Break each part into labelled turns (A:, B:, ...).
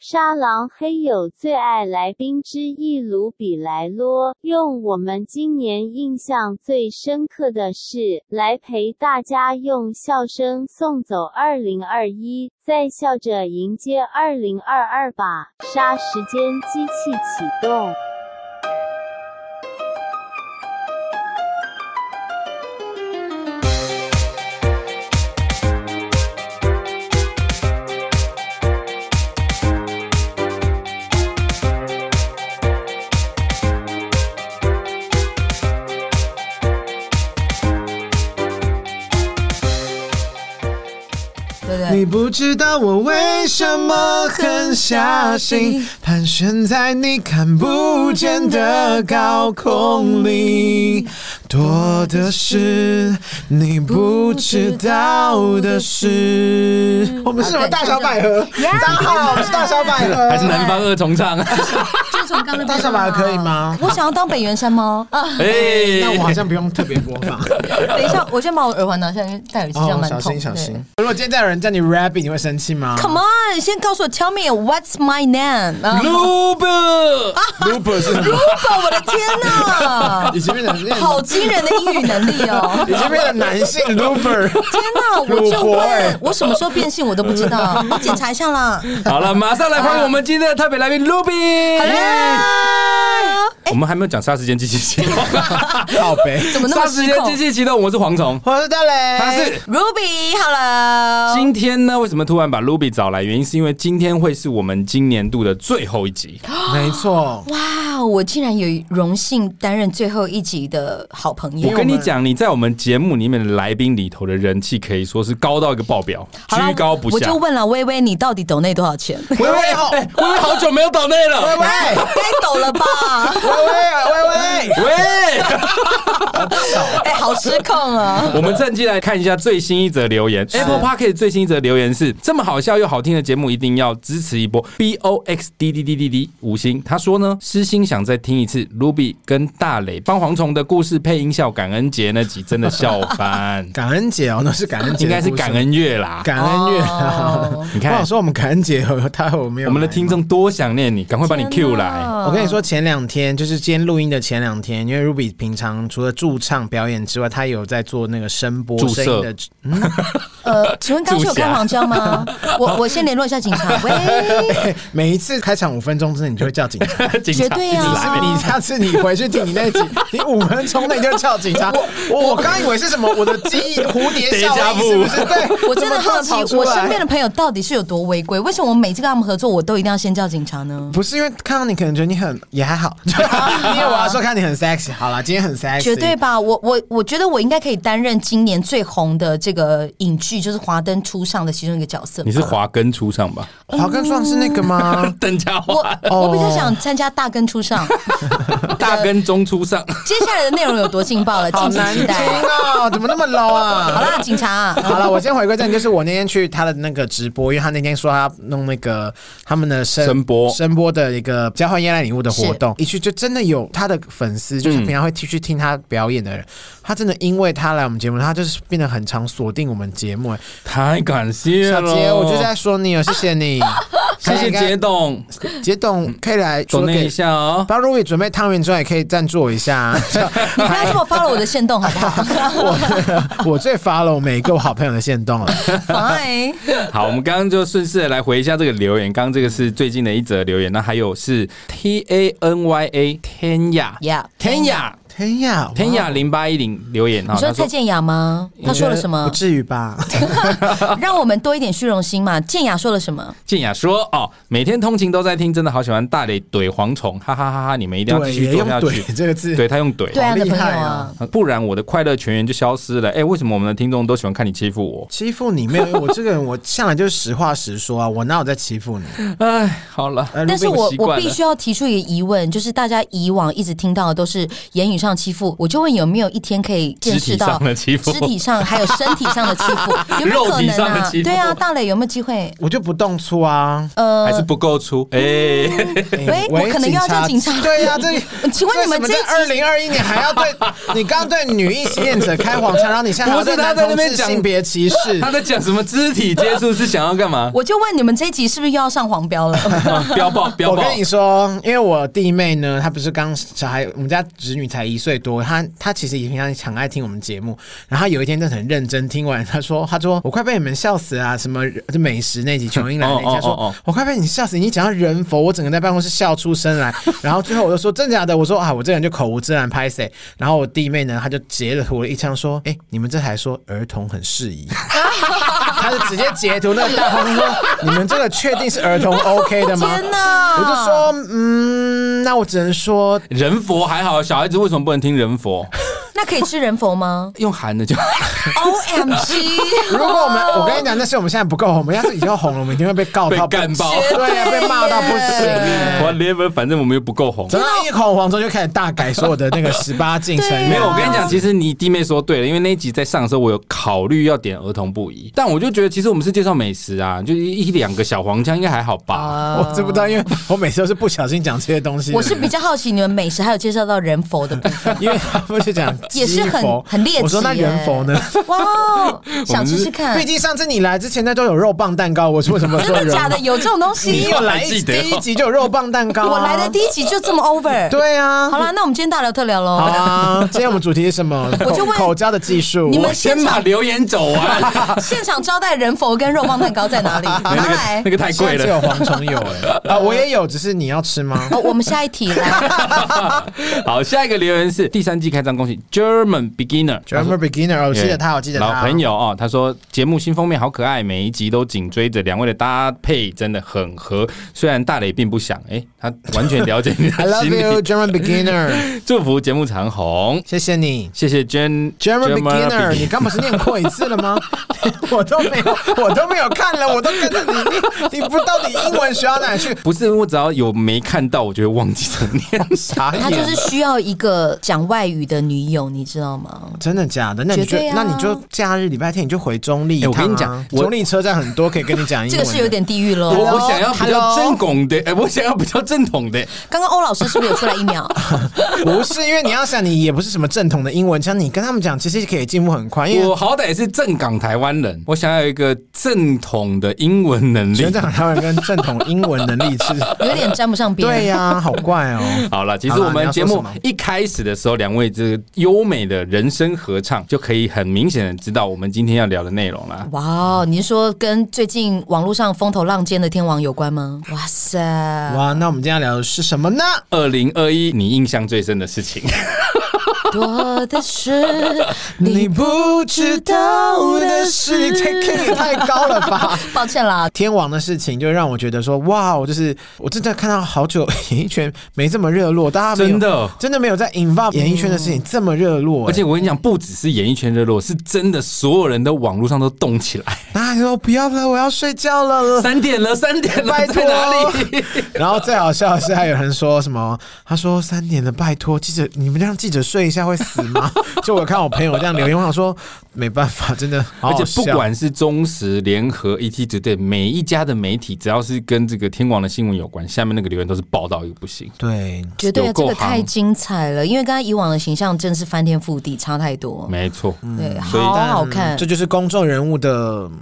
A: 沙狼黑有最爱来宾之一卢比莱洛，用我们今年印象最深刻的事来陪大家用笑声送走2021，再笑着迎接2022吧！杀时间机器启动。
B: 对不对？
C: 你不知道我为什么狠下心，盘旋在你看不见的高空里，多的是你不知道的事。我们是什么大小百合？大家好，我们是大小百合。
D: 还是南方二重唱？ 哎
B: 就从刚刚
C: 大小百合可以？吗？
B: 我想要当北原山猫啊！
D: 哎
C: 那我好像不用特别播放。
B: 等一下，我先把我耳环拿下，因为戴耳机这样
C: 哦，
B: 蛮
C: 小
B: 痛。
C: 心小心
B: 对。
C: 如果今天再有人叫你 Rabbit，你会生气 吗
B: Come on，先告诉我，Tell me what's my name？啊
D: Luber，
C: ？Looper 是什么？
B: Lupo，我的天 哪
C: 你！前面的
B: 好惊人的英语能力 哦！
C: 你这边的男性 Looper，
B: 天哪，我就
C: 鲁伯哎
B: 问，我什么时候变性我都不知 道，我检查一下啦。
D: 好了，马上来欢迎我们今天的特别来宾 Ruby。我们还没有讲杀时间机器启动，
C: 好呗。
B: 哎怎么那
D: 杀
B: 么
D: 时
B: 失
D: 间
B: 控哎
D: 机器启动，我是蝗虫，
C: 我是大雷，
D: 他是。
B: ？Ruby，Hello，
D: 今天呢，为什么突然把 Ruby 找来？原因是因为今天会是我们今年度的最后一集。
C: 没错，
B: 哇，我竟然有荣幸担任最后一集的好朋友
D: 我。跟你讲，你在我们节目里面的来宾里头的人气可以说是高到一个爆表，
B: 好啦
D: 居高不
B: 我
D: 下
B: 就。问了微微，你到底抖内多少钱？
C: 微微哦，
D: 哎微微好久没有抖内
C: 微
D: 了，
C: 微，
B: 该抖了吧？
C: 微微，微微，，
D: 喂。
B: 哎、好失控啊！
D: 我们正经来看一下最新一则留言，Apple Park 最新一则留言是：这么好笑又好听的节目，一定要支持一波。B O X D D D D D 五星，他说呢，私心想再听一次 Ruby 跟大磊帮蝗虫的故事配音效，感恩节那集真的笑翻
C: 感恩节哦，那是感恩节，
D: 应该是感，恩月啦。
C: 感恩月啊。
B: 哦
D: 你
C: 我
D: 看
C: 想，说我们感恩节有他有没有？
D: 我们的听。众多想念你，赶快把你 Q 来。
C: 我跟你说，前两天就是今天录音的前两天，因为 Ruby 平常除了驻唱表演之外，他也有在做那个声波
D: 注射
C: 声音的，嗯，
B: 呃，请问刚是有
D: 住下
B: 开黄腔吗？我我先联络一下警 察。喂，
C: 每一次开场五分钟之内，你就会叫警察。
D: 警
B: 绝
D: 察
B: 对
D: 一直
B: 啊
D: 来，
C: 你下次你回去听你那 一集，你五分钟内就叫警察。我我刚以为是什么，我的记 忆蝴蝶效应是不是？对，
B: 我真的好奇
C: 怎么突然跑，出
B: 我
C: 来
B: 身边的朋友到底是有多违规？为什么我每次跟他们合作，我都一定要先叫警 察呢？
C: 不是因为看到你，可能觉得你很也还 好，因为我要说看你很 sexy。好啦，今天很 sexy，
B: 绝对吧！我我我觉得我应该可以担任今年最红的这个影剧，就是《华灯初上》的其中一个角色吧。
D: 你是华根出上吧？
C: 华根创是那个 吗？
D: 邓家
B: 我
D: 华，
B: 我比较想参加大根初上，
D: 大根中 出上，
B: 接下来的内容有多劲爆了，敬
C: 好
B: 请
C: 难
B: 期
C: 听
B: 待。
C: 哦，怎么那么 low
B: 好
C: 啊？
B: 啦，警察、
C: 好了，我先回归正，就是我那天去他的那个直播，因为他那天说他弄那个他们的声
D: 声波
C: 声波的一个交换恋爱礼物的活动，一去就真的有他的粉丝，
D: 嗯
C: 就是平常会去听他表演的人，他真的因为他来我们节目，他就是变得很常锁定我们节目。哎
D: 太感谢
C: 小
D: 了，
C: 杰，我就在说你哦，谢谢 你，
D: 谢啊谢杰董，
C: 杰董可以来
D: 总
C: 准
D: 那
C: 备
D: 一下哦。
C: 帮 Ruby 准备汤圆之外，也可以赞助我一 下。
B: 你不要这么发了我的线动好不好？
C: 我 我最发了我每一个我好朋友的线动 了。
B: 哎，
D: 好，我们刚刚就顺势地来回一下这个留言。刚刚这个是最近的一则留言，那还有是 T A N Y A 天雅
B: Yeah，
D: 天雅
C: 天呀，
D: 天雅零八一零留言啊，
B: 你说蔡健雅吗？
C: 我
B: 她说了什
C: 觉得
B: 么
C: 不？至于吧？
B: 让我们多一点虚荣心嘛。健雅说了什么？
D: 健雅说哦，每天通勤都在听，真的好喜欢大磊怼蝗虫，哈哈哈哈！你们一定要继
C: 对，
D: 续
C: 也
D: 做
C: 用
D: 下去。
C: 怼这个字，
D: 对他用怼，
B: 对岸的朋友
C: 厉害
B: 啊
C: 啊，
D: 不然我的快乐全员就消失了。哎，为什么我们的听众都喜欢看你欺负我？
C: 欺负你没有？因为我这个人，我向来就是实话实说啊，我哪有在欺负你？
D: 哎，好了，
C: 呃
B: 但是
C: 如果
B: 我
D: 习惯
B: 我
D: 了
B: 必须要提出一个疑问，就是大家以往一直听到的都是言语上上欺负，我就问有没有一天可以见识到
D: 肢体上的欺负
B: 肢体上还有身体上的欺 负，有没有可
D: 肉体
B: 能
D: 上的
B: 啊
D: 欺？负
B: 对啊，大磊有没有机会？
C: 我就不动粗啊。哎
B: 呃
D: 还是不够粗？哎、
B: 喂我可能又要叫警察，
C: 对呀、这里
B: 请问你们
C: 为什么在二
B: 这
C: 零二一年还要对你刚刚对女异性恋者开黄腔，然后你现在还要对
D: 不是他
C: 男
D: 在那
C: 同
D: 边
C: 志
D: 讲
C: 性别歧视？
D: 他在讲什么肢体接触是想要干嘛？啊
B: 我就问你们这一集是不是又要上黄标了？
D: 标报标
C: 我
D: 报
C: 跟，你说，因为我弟妹呢，她不是刚小孩，我们家侄女才一岁多，她她其实也平常很爱听我们节目，然后她有一天真的很认真听完，她说她说我快被你们笑死啊，什么就美食那集琼英来那集，
D: 哦哦
C: 她说、
D: 哦哦
C: 我快被你笑死，你讲到人佛，我整个在办公室笑出声来，然后最后我就说真假的，我说啊我这人就口无遮拦拍谁，然后我弟妹呢，她就截了图了一枪说，哎、你们这还说儿童很适宜。 她就直接截图那个大红说：“你们这个确定是儿童 OK 的吗？”
B: 天哪！
C: 我就说，嗯，那我只能说，
D: 人佛还好，小孩子为什么不能听人 佛？
B: 那可以吃人 佛吗
D: 用喊的就
B: ？O M G！
C: 如果 我们，我跟你讲，那是我们现在不够红，我们要是以后红了，我们一定会被告
D: 被
C: 到
D: 干爆
C: 不行对啊，被骂到不 行。
D: whatever，反正我们又不够红。
C: 等到一恐慌之后，就开始大改所有的那个十八禁 成
B: 啊
C: 人。
D: 没有，我跟你讲，其实你弟妹说对了，因为那一集在上的时候，我有考虑要点儿童不宜，但我就觉得其实我们是介绍美食啊，就一一两个小黄腔应该还好吧。
C: 我知不知道，因为我每次都是不小心讲这些东西的。
B: 我是比较好奇你们美食还有介绍到人佛的部分。
C: 因为他们就讲
B: 也是
C: 鸡佛
B: 很很猎奇、耶
C: 我说那人佛呢？？
B: 哇 哦，想吃吃看
C: 毕，竟上次你来之前，那都有肉棒蛋糕，我是为什么说
B: 真的
C: 人
B: 假
C: 佛
B: 的？？有这种东
C: 你
B: 西
C: 有？来
D: 还记
C: 一
D: 得哦
C: 第一集就有肉棒蛋糕啊，
B: 我来的第一集就这么 over。
C: 对啊，
B: 好啦，那我们今天大聊特聊
C: 好
B: 喽。
C: 啊，今天我们主题是什么？
B: 哦 我
C: 口
B: 就问
C: 口交的技术。
B: 你们
D: 我先把留言走完，
B: 现场招待人佛跟肉棒蛋糕在哪里？ 拿
D: 那个
B: 来
D: 那。个太贵
C: 只有
D: 了。
C: 蝗虫有哎、啊，我也有，只是你要吃 吗？
B: 哦，我们下一题来。
D: 好，下一个留言是第三季开张，恭喜 German Beginner。
C: j e r m a Beginner，我记得他，我记得他。
D: 老朋友哦，他说节目新封面好可爱，每一集都紧追着两位的搭配，真的很合。虽然大雷并不想，哎、他完全了解你
C: ，I
D: 的
C: love
D: 心
C: you,
D: 理。
C: German Beginner，
D: 祝福节目长红，
C: 谢谢你。
D: 谢谢 Jen
C: German
D: German
C: Beginner，
D: Begin-
C: 你刚不是念过一次了吗？ 我都没有，我都没有看了，我都跟着你，你你不到底英文学到哪去？
D: 不是我只要有没看到，我就会忘记怎么念。
C: 傻眼，
B: 他就是需要一个讲外语的女友，你知道吗？
C: 真的假的？那你
B: 绝
C: 就、
B: 对啊
C: 那你就假日礼拜天你就回中立一
D: 哎
C: 趟
D: 我
C: 啊、
D: 跟你讲我
C: 中立车站很多可以跟你讲 英
B: 这
C: 文的。啊
B: 个是有点地狱
D: 我
B: 喽。
D: 我想要比较
C: Hello？
D: 正拱的，哎、我想要比较正统的。
B: 刚刚欧老师是不是有出来一秒？
C: 不是，因为你要想，你也不是什么正统的英文，像你跟他们讲，其实可以进步很快，因
D: 我
C: 为
D: 好歹是正港台湾人，我想要有一个正统的英文能力
C: 学。长台湾跟正统英文能力是，
B: 有点沾不上边。
C: 对呀、好怪哦。
D: 好了，其实
C: 好啦
D: 我
C: 你
D: 们
C: 要
D: 节
C: 说
D: 目
C: 什么
D: 一开始的时候，两位这个优美的人声合唱，就可以很明显的知道我们今天要聊的内容啦。
B: 哇哦，你是说跟最近网络上风头浪尖的天王有关吗？哇塞！
C: 哇，那我们今天要聊的是什么呢？
D: 二零二一，你印象最深的 事情，
B: 多的是你，
C: 不知
B: 道的事
C: 你 take 也太高了吧？
B: 抱歉啦，
C: 天王的事情就让我觉得说，哇，我就是我真的看到好久演艺圈没这么热络，大家没有
D: 真的哦
C: 真的没有在 involve 演艺圈的事情这么热络、
D: 而且我跟你讲，不只是演艺圈热络，是真的，所有人都网络上都动起 来。
C: 那哎说不要了，我要睡觉了。
D: 三点了，三点了，
C: 拜
D: 在
C: 托
D: 哪里？
C: 然后最好笑的是，还有人说什么？他说三点了，拜托记者，你们让记者睡一下会死 吗？就我看我朋友这样留言，我想说没办法，真的好
D: 而
C: 好
D: 且
C: 笑
D: 不管是中时、联合、ET 绝对每一家的媒体，只要是跟这个天王的新闻有关，下面那个留言都是报道一个不行。
C: 对，
B: 绝对
D: 有
B: 啊这
D: 够
B: 个太
D: 行
B: 精彩了，因为刚才以往的形象真是翻天覆地，差太
C: 哦
B: 多。
D: 没错，
B: 对，
D: 所以
B: 好好看
C: 这。就是公众人物的、嗯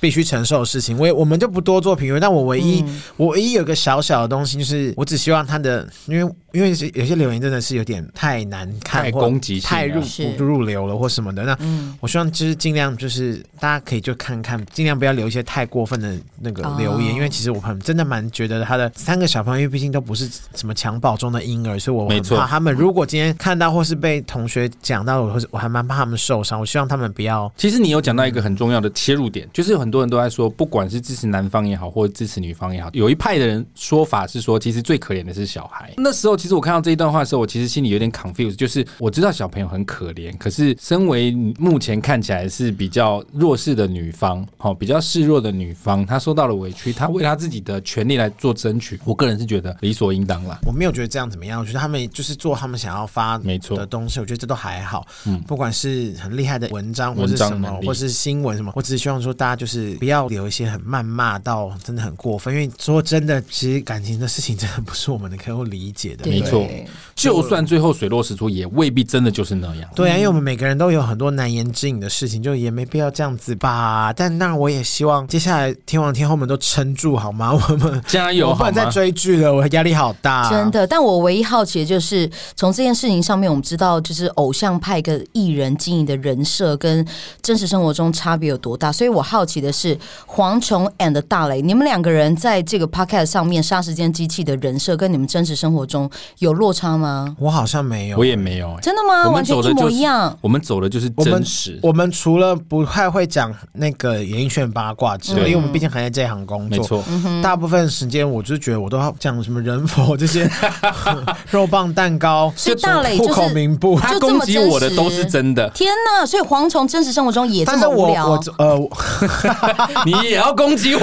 C: 必须承受的事情。我也我们就不多做评论，但我唯一、
D: 嗯
C: 我唯一有个小小的东西，就是我只希望他的，因为因为有些留言真的是有点太难看，
D: 太
C: 或
D: 攻击性啊了
C: 太入
B: 是
C: 入流了或什么的。那、
B: 嗯
D: 嗯
C: 我希望就是尽量就是大家可以就看看，尽量不要留一些太过分的那个
B: 哦
C: 留言，因为其实我很真的蛮觉得他的三个小朋友，因为毕竟都不是什么襁褓中的婴儿，所以我
D: 没
C: 很
D: 错
C: 怕他们如果今天看到或是被同学讲到，我会我还蛮怕他们受伤。我希望他们不要
D: 其实你有讲到一个很重要的切入点，就是有很多人都在说，不管是支持男方也好，或者支持女方也好，有一派的人说法是说，其实最可怜的是小孩。那时候其其实我看到这一段话的时候，我其实心里有点 confused，就是我知道小朋友很可怜，可是身为目前看起来是比较弱势的女方，好、比较示弱的女方，她受到了委屈，她为她自己的权利来做争取，我个人是觉得理所应当啦。
C: 我没有觉得这样怎么样，我觉得他们就是做他们想要发
D: 没错嗯
C: 的东西，我觉得这都还好。不管是很厉害的文章，或
D: 文
C: 是
D: 章
C: 什么
D: 能，力
C: 或是新闻什么，我只是希望说大家就是不要有一些很谩骂到真的很过分，因为说真的，其实感情的事情真的不是我们能够理解的。
B: 对
D: 没错，就算最后水落石出，也未必真的就是那样。
C: 对啊，因为我们每个人都有很多难言之隐的事情，就也没必要这样子吧。但那我也希望接下来天王天后们都撑住好吗？我们
D: 加油
C: 我不
D: 好
C: 能再
D: 吗？
C: 追剧了，我压力好
D: 啊
C: 大。
B: 真，的，但我唯一好奇的就是，从这件事情上面，我们知道就是偶像派跟艺人经营的人设跟真实生活中差别有多大。所以我好奇的是，蝗虫 and 大雷，你们两个人在这个 podcast 上面《杀时间机器》的人设跟你们真实生活中有落差吗？
C: 我好像没有。
D: 我也没有、欸
B: 真的吗？
D: 我
B: 啊完
D: 们
B: 全
D: 走
B: 一
D: 的就
B: 模
D: 是
B: 一样。
D: 我们走的就是
C: 我们
D: 真实。
C: 我们除了不太会讲那个演艺圈八卦之外，
D: 对
C: 因为我们毕竟还在这一行工
D: 没
C: 作，
D: 错，
B: 嗯
C: 大部分时间我就觉得我都要讲什么人佛这 些肉棒蛋糕，
B: 所以大磊就
C: 户
B: 是
C: 口名簿。
D: 他
B: 就这
D: 攻
B: 么
D: 击
B: 真
D: 我的
B: 实
D: 都是真的，
B: 天呐！所以蝗虫真实生活中也这
C: 但是
B: 么无
C: 我
B: 聊。
C: 我呃，我
D: 你也要攻击 我？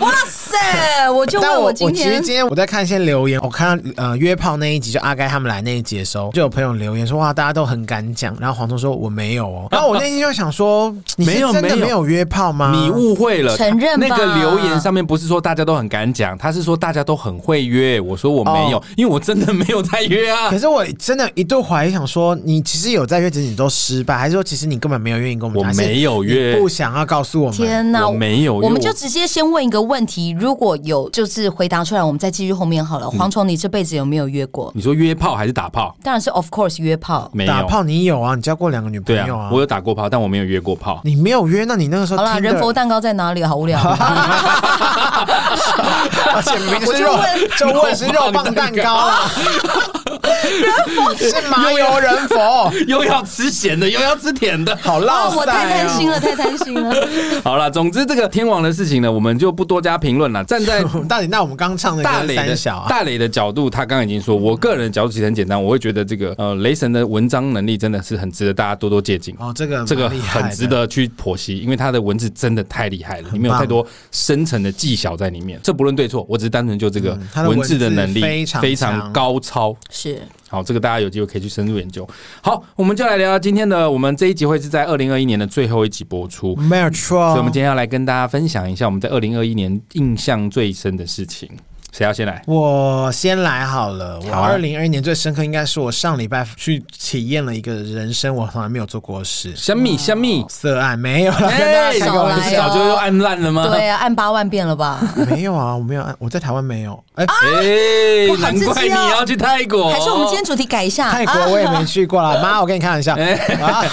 B: 哇塞！我就
C: 但
B: 问
C: 我
B: 今
C: 其实
B: 天
C: 今天我在看一些留言，我看到呃约炮那一集，就阿该他们来那一集的时候，就有朋友留言说哇，大家都很敢讲，然后黄总说我没有哦，然后我内心就想说，你是
D: 没有
C: 真的
D: 没有
C: 没有约炮吗？
D: 你误会了，
B: 承认吧
D: 那个留言上面不是说大家都很敢讲，他是说大家都很会约。我说我没有，
C: 哦
D: 因为我真的没有在约啊
C: 可。是我真的一度怀疑，想说你其实有在约，只是你都失败，还是说其实你根本没有愿意跟我们
D: 我
C: 讲？还是
D: 没有约
C: 你不想要告诉我们。
B: 天呐，
D: 我没有因为
B: 我们
D: 我
B: 就直接先问一个问题，如果有就是回答出来，我们再继续后面好了。蝗虫，你这辈子有没有约过？
D: 你说约炮还是打炮？
B: 当然是 of course 约炮。
D: 没
C: 打
D: 有。
C: 炮你有啊？你交过两个女朋
D: 对
C: 友
D: 啊，我有打过炮，但我没有约过炮。
C: 你没有约，那你那个时候
B: 好啦，
C: Tinder-
B: 人佛蛋糕在哪里？啊好无 聊。
C: 而且明明是肉
B: 我就，
C: 就问是肉棒蛋糕啊， 是麻油人佛，
D: 又要吃咸的，又要吃甜的。
C: 好哦
B: 啊，
C: 浪
B: 我太贪心了，太贪心了。
D: 好了，总之这个天王的事情呢，我们就不多加评论了。站在
C: 到底那我们刚唱的
D: 大
C: 歌
D: 磊
C: 三
D: 的
C: 小啊，
D: 大磊的角度，他刚刚已经说，我个人的角度其实很简单，我会觉得这个呃雷神的文章能力真的是很值得大家多多借鉴。
C: 哦，这个
D: 这个
C: 蛮厉害
D: 很
C: 的
D: 值得去剖析，因为他的文字真的太厉害了，
C: 很
D: 里面有
C: 棒
D: 太多深层的技巧在里面。这不论对错，我只是单纯就这个
C: 嗯他的文
D: 字的
C: 字
D: 能力
C: 非常
D: 非常
C: 强
D: 高超。
B: 是
D: 好，这个大家有机会可以去深入研究。好，我们就来聊聊今天的，我们这一集会是在二零二一年的最后一集播出。
C: 没有错。
D: 所以，我们今天要来跟大家分享一下我们在二零二一年印象最深的事情。谁要先来？
C: 我先来好了。我
D: 好啊
C: 二零二一年最深刻应该是我上礼拜去体验了一个人生我从来没有做过的事
D: 香蜜，香蜜，
C: 色案，没有啦，跟大
D: 哎
C: 家开个玩
B: 少来
C: 笑。
D: 早就又按烂了吗？
B: 对啊，按八万遍了吧？
C: 没有啊，我没有按，我在台湾没 有。哎、
D: 哎
B: 哇，
D: 难
B: 好
D: 怪
B: 刺激
D: 你
B: 哦
D: 要去泰国。
B: 还是我们今天主题改一下？
C: 泰
B: 啊
C: 国我也没去过 啦。妈，我跟你开玩笑。
D: 哎
C: 我要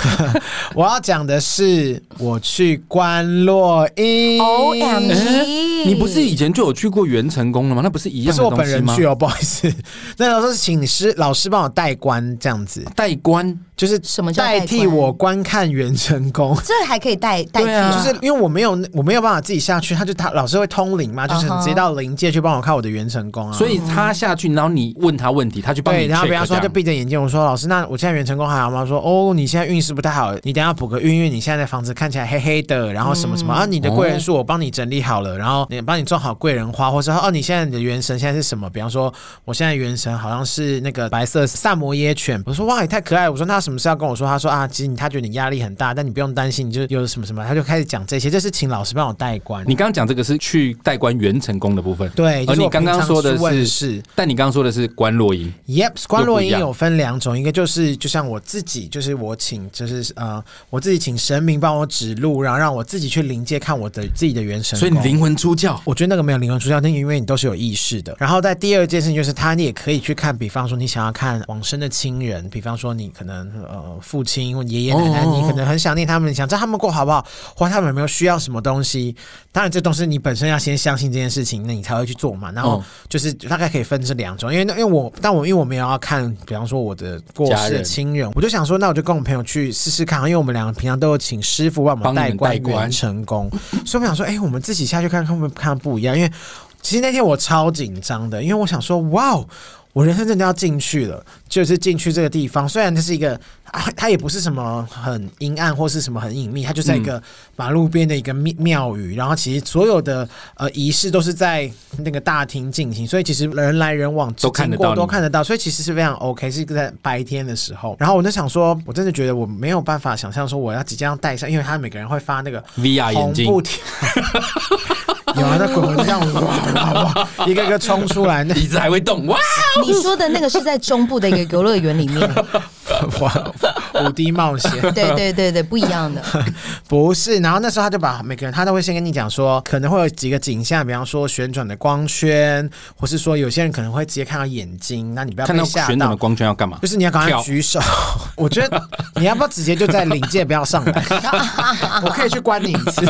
C: 我要讲的是，我去观落阴。
B: O 哦 M
D: 哎
B: G，
D: 你不是以前就有去过元成功了吗？那不是一
C: 不
D: 样
C: 是
D: 的
C: 我
D: 东
C: 本
D: 西
C: 人
D: 吗
C: 去？哦，不好意思。那时候是请师老师帮我代观这样子，
D: 代官
C: 就是
B: 什么叫代
C: 代
B: 观
C: 替我观看元成功。
B: 这还可以代代替
D: 对啊
B: 吗？
C: 就是因为我没有我没有办法自己下去，他就他老师会通灵嘛，就是
B: 嗯
D: 啊
B: 哼
C: 直接到灵界去帮我看我的元成功啊。
D: 所以他下去，然后你问他问题，他去帮你
C: 对，
D: check 这
C: 然
D: 样。
C: 后比方说他就闭着眼睛，我说老师，那我现在元成功还好吗？说哦，你现在运势不太好，你等一下补个运，因为你现在的房子看起来黑黑的，然后什么
D: 嗯
C: 什么、啊，你的贵人树我帮你整理好了，然后你帮你种好贵人花，或者说哦，你现在你的元神现在是什么？比方说我现在元神好像是那个白色萨摩耶犬，我说哇也太可爱了，我说那他什么事要跟我说？他说啊，其实你他觉得你压力很大，但你不用担心，你就有什么什么，他就开始讲这些，这是请老师帮我代观。
D: 你刚刚讲这个是去代官元成功的部分，
C: 对，就
D: 而
C: 是
D: 你
C: 我
D: 刚
C: 平
D: 刚
C: 常
D: 说的
C: 去问
D: 是，
C: 是
D: 但你刚刚说的是关洛音，
C: Yep，观落
D: 不一
C: 音
D: 样
C: 有分两种，一个就是就像我自己，就是我请，就是呃，我自己请神明帮我指路，然后让我自己去临界看我的自己的元神。
D: 所以你灵，魂出窍。
C: 我觉得那个没有灵魂出窍，那个因为你都是有意识的。然后在第二件事情就是，他你也可以去看，比方说你想要看往生的亲人，比方说你可能呃父亲或爷爷奶奶，
D: 哦哦哦
C: 你可能很想念他们，你想知道他们过好不好，或他们有没有需要什么东西。当然，这都是你本身要先相信这件事情，那你才会去做嘛。然后
D: 嗯
C: 就是大概可以分这两种，因为那因为我但我因为我没有要看，比方说我的过
D: 家
C: 世
D: 人
C: 的亲人，我就想说，那我就跟我朋友去试试看，因为我们两个平常都有请师傅帮啊我
D: 帮
C: 们
D: 你
C: 代
D: 们
C: 观
D: 代观
C: 元成功，所以我们想说，哎、我们自己下去看看会不会看不一样，因为。其实那天我超紧张的，因为我想说，哇哦，我我人生真的要进去了，就是进去这个地方。虽然这是一个，啊它也不是什么很阴暗或是什么很隐秘，它就在一
D: 嗯
C: 个马路边的一个庙庙宇。然后其实所有的呃仪式都是在那个大厅进行，所以其实人来人往
D: 都看得
C: 经过
D: 到你
C: 都看得到，所以其实是非常 OK，是在白天的时候。然后我就想说，我真的觉得我没有办法想象说我要即将要戴上，因为他每个人会发那个
D: VR 眼
C: 红
D: 镜
C: 布条。有啊，那鬼魂就这样哇哇哇，一个一个冲出来，那
D: 椅子还会 动哇！
B: 你说的那个是在中部的一个游乐园里 面，
C: 哇，五 D 冒险。
B: 对对对对，不一样的。
C: 不是，然后那时候他就把每个人，他都会先跟你讲说，可能会有几个景象，比方说旋转的光圈，或是说有些人可能会直接看到眼睛，那你不要
D: 看
C: 被
D: 到
C: 吓
D: 旋转的光圈要干嘛
C: 就？是你要赶快
D: 跳
C: 举手。我觉得你要不要直接就在领界不要上来，我可以去关你一次。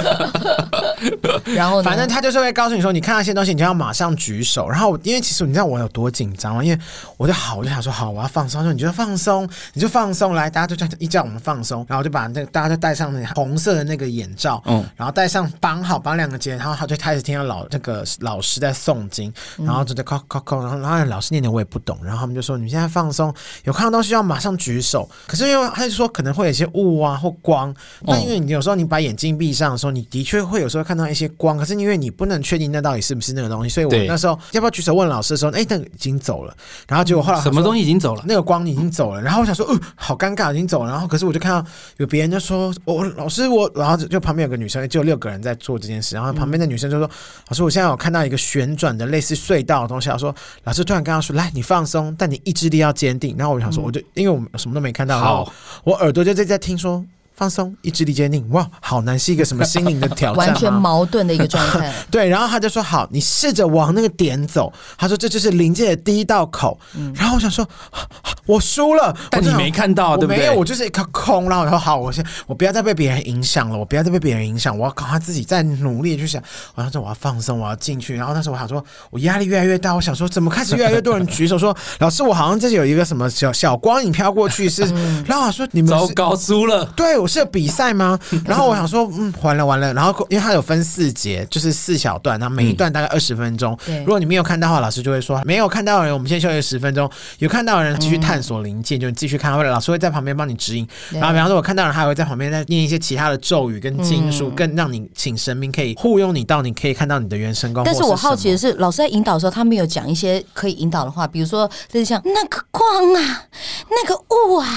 B: 然后呢
C: 反正他就是会告诉你说，你看到一些东西，你就要马上举手。然后我，因为其实你知道我有多紧张吗？因为我就好，我就想说好，我要放松，说你就放松，你就放松，来，大家就叫一叫我们放松，然后我就把那个大家就戴上那个红色的那个眼罩，
D: 嗯
C: 然后戴上绑好绑两个结，然后他就开始听到老那个老师在诵经，然后就在敲敲敲，然后然后老师念的我也不懂，然后他们就说你现在放松，有看到东西要马上举手。可是因为他就说可能会有一些雾啊或光，但因为你有时候你把眼睛闭上的时候，你的确会有时候看到一些光，可是因为你不能确定那到底是不是那个东西，所以我
D: 对
C: 那时候要不要举手问老师的时候，哎，那个已经走了，然后结果后来
D: 什么东
C: 西。
D: 西已经走了？
C: 那个光已经走了，然后我想说，呃，好尴尬，已经走了。然后可是我就看到有别人就说，我、我老师我，然后就旁边有个女生，就有六个人在做这件事。然
D: 嗯
C: 后旁边的女生就说，老师，我现在有看到一个旋转的类似隧道的东西。我说，老师突然跟他说，来，你放松，但你意志力要坚定。然后我想说，我就因为我什么都没看到，然后
D: 嗯好
C: 我耳朵就在在听说。放松，意志力坚定，哇，好难，是一个什么心灵的挑战吗？啊
B: 完全矛盾的一个状态。
C: 对，然后他就说好，你试着往那个点走。他说这就是临界的第一道口。然后我想说， 啊啊我输了，
D: 嗯但
C: 我
D: 你
C: 真的
D: 没看到，
C: 我
D: 对不
C: 没
D: 对
C: 有，？我就是一个空。然后我说好，我先我不要再被别人影响了，我不要再被别人影响，我要赶快自己再努力地去想。我想说我要放松，我要进去。然后那时候我想说，我压力越来越大，我想说怎么开始越来越多人举手说，老师，我好像这里有一个什么小小光影飘过去 是。然后我说你们
D: 嗯糟
C: 是
D: 糕，输了！
C: 对，我是有比赛吗？ 然后我想说，嗯，完了完了。然后因为它有分四节，就是四小段，然后每一段大概二十分钟。
B: 对
C: 如果你没有看到的话，老师就会说啊没有看到的人，我们先休息十分钟；有看到的人继续探索零件，就继续看。或者老师会在旁边帮你指引。
B: 对
C: 然后比方说，我看到的人，他还会在旁边再念一些其他的咒语跟经
B: 嗯
C: 书，更让你请神明可以护佑你到你可以看到你的原神功。
B: 但是
C: 或
B: 我
C: 什么
B: 好奇的是，老师在引导的时候，他没有讲一些可以引导的话，比如说类似像那个光啊，那个雾啊，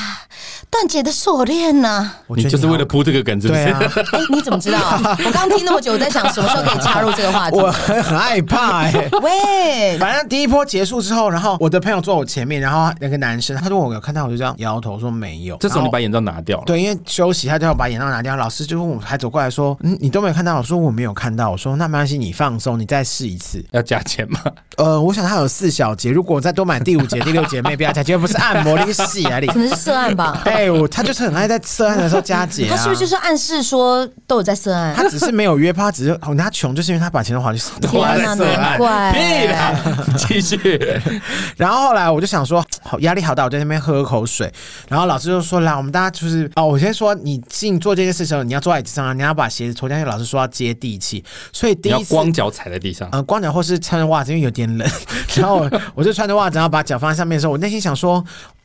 B: 断解的锁链啊呐。
C: 我觉
D: 你
C: 得
D: 就是
C: 好
D: 为了铺这个梗，是不
C: 对
D: 是？
C: 啊，
B: 哎、你怎么知道、啊？我刚听那么久，我在想什么时候可以插入这个话题。
C: 我很很害怕哎、
B: 喂，
C: 反正第一波结束之后，然后我的朋友坐我前面，然后那个男生他说我有看到，我就这样摇头说没有。
D: 这时候你
C: 然后
D: 把眼罩拿掉了，
C: 对，因为休息，他就要把眼罩拿掉。老师就问我，还走过来说：“嗯，你都没有看到？”我说：“我没有看到。”我说：“那没关系，你放松，你再试一 次。
D: 要加钱吗？”
C: 呃，我想他有四小节，如果我再多买第五节、第六节，妹不要加节，不是按摩那个戏啊你
B: 可。能是涉案吧？
C: 哎，我他就是很爱在涉案的时候加节、啊。
B: 他是不是就是暗示说都有在涉案？
C: 他只是没有约炮，他只是哦，他穷，就是因为他把钱都花去死了。
B: 天哪，难怪
D: 屁 啦！继续，
C: 然后后来我就想说，好压力好大，我在那边喝口水。然后老师就说啦，我们大家就是哦，我先说你进做这件事的时候，你要坐在椅子上啊，你要把鞋子脱掉，因为老师说要接地气，所以第
D: 你要
C: 一次。
D: 光脚踩在地上，
C: 呃，光脚或是穿着袜子，因为有点冷， 然后我我就穿着袜子，然后把脚放在上面的时候，我内心想说。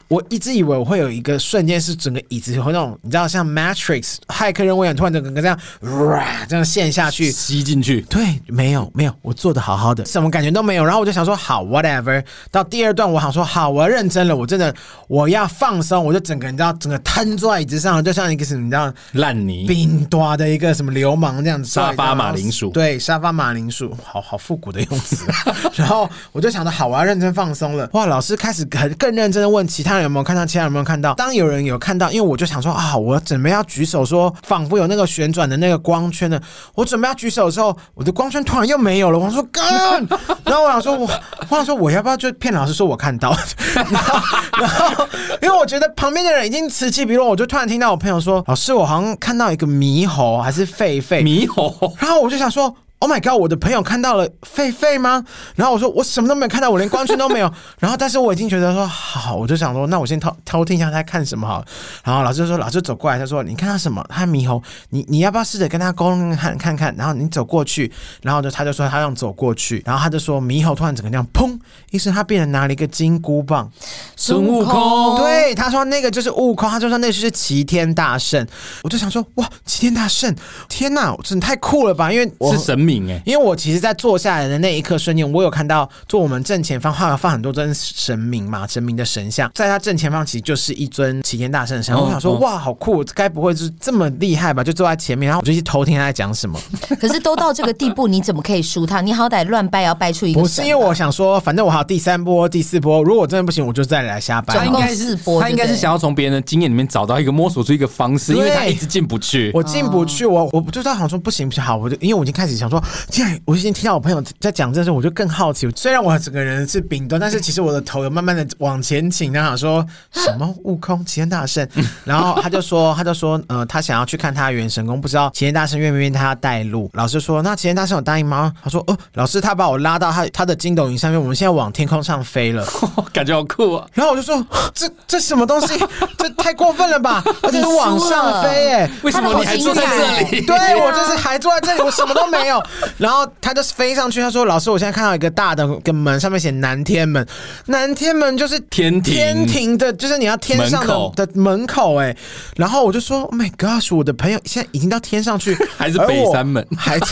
C: 我一直以为我会有一个瞬间是整个椅子会那种，你知道像 Matrix 骇客任务一样，突然整个这样，哇，这样陷下去，
D: 吸进去。
C: 对，没有没有，我做的好好的，什么感觉都没有。然后我就想说，好，whatever。到第二段，我想说，好，我要认真了，我真的我要放松，我就整个你知道，整个瘫坐在椅子上，就像一个什么你知道
D: 烂泥，
C: 冰多的一个什么流氓这样子坐在
D: 沙
C: 那，
D: 发
C: 然后
D: 马铃薯
C: 对，沙发马铃薯，好好复古的用词。 然后我就想着，好，我要认真放松了。哇，老师开始很更认真的问其他人有没有看到，其他人有没有看到。当有人有看到，因为我就想说啊，我准备要举手说，仿佛有那个旋转的那个光圈的，我准备要举手的时候，我的光圈突然又没有了。我说干， 然后我想说，我我想说，我要不要就骗老师说我看到？ 然后，然后因为我觉得旁边的人已经此起彼落，我就突然听到我朋友说，老师，我好像看到一个猕猴还是狒狒，
D: 猕猴，
C: 然后我就想说， Oh my god！我的朋友看到了狒狒吗？然后我说我什么都没有看到，我连光圈都没有。 然后但是我已经觉得说好，我就想说那我先偷偷听一下他在看什么好了。然后老师就说老师走过来，他说你看到什么？他猕猴，你你要不要试着跟他沟通看看看？然后你走过去，然后就他就说他想走过去，然后他就说猕猴突然整个这样砰一声，他变成拿了一个金箍棒，
B: 孙
D: 悟空
B: 哦
C: 对，他说那个就是悟空，他就说那就是齐天大圣。我就想说哇，齐天大圣，天哪，真的太酷了吧！因为我
D: 是神明哎、
C: 因为我其实，在坐下来的那一刻瞬间，我有看到坐我们正前方画放很多尊神明嘛，神明的神像，在他正前方其实就是一尊齐天大圣的神。
D: 哦
C: 我想说，
D: 哦
C: 哇，好酷，该不会就是这么厉害吧？就坐在前面，然后我就去偷听他在讲什么。
B: 可是都到这个地步，你怎么可以输他？你好歹乱掰也要掰出一个
C: 不
B: 神
C: 是
B: 吧
C: 因为我想说，反正我还有第三波、第四波，如果我真的不行，我就再来瞎掰
B: 总
D: 他
B: 共
D: 应
C: 嘛。
D: 该
B: 四
D: 是
B: 波
D: 他应该
B: 对
D: 是
B: 不对
D: 想要从别人的经验里面找到一个摸索出一个方式，因为
C: 对
D: 他一直进不去。
C: 我进不去，我我就在想说不行不行，好，我就因为我已经开始想说，既然我已经听到我朋友在讲这事，我就更好奇。虽然我整个人是顶端，但是其实我的头有慢慢的往前倾，然后想说什么悟空齐天大圣，然后他就说他就说呃他想要去看他的元神宫，不知道齐天大圣愿不愿意他带路。老师说那齐天大圣有答应吗？他说哦，老师他把我拉到他他的筋斗云上面，我们现在往天空上飞了。
D: 感觉好酷啊！
C: 然后我就说这这什么东 西，这太过分了吧，而且是往上飞哎、
D: 为什么你还坐在这里？
C: 对我就是还坐在这里，我什么都没有。然后他就飞上去，他说：“老师，我现在看到一个大的跟门，上面写南天门。南天门就是
D: 天庭
C: 天庭的，就是你要天上
D: 门口
C: 的的门口哎、然后我就说：“Oh my gosh！” 我的朋友现在已经到天上去，
D: 还是
C: 而
D: 北
C: 我
D: 山门
C: 还在，？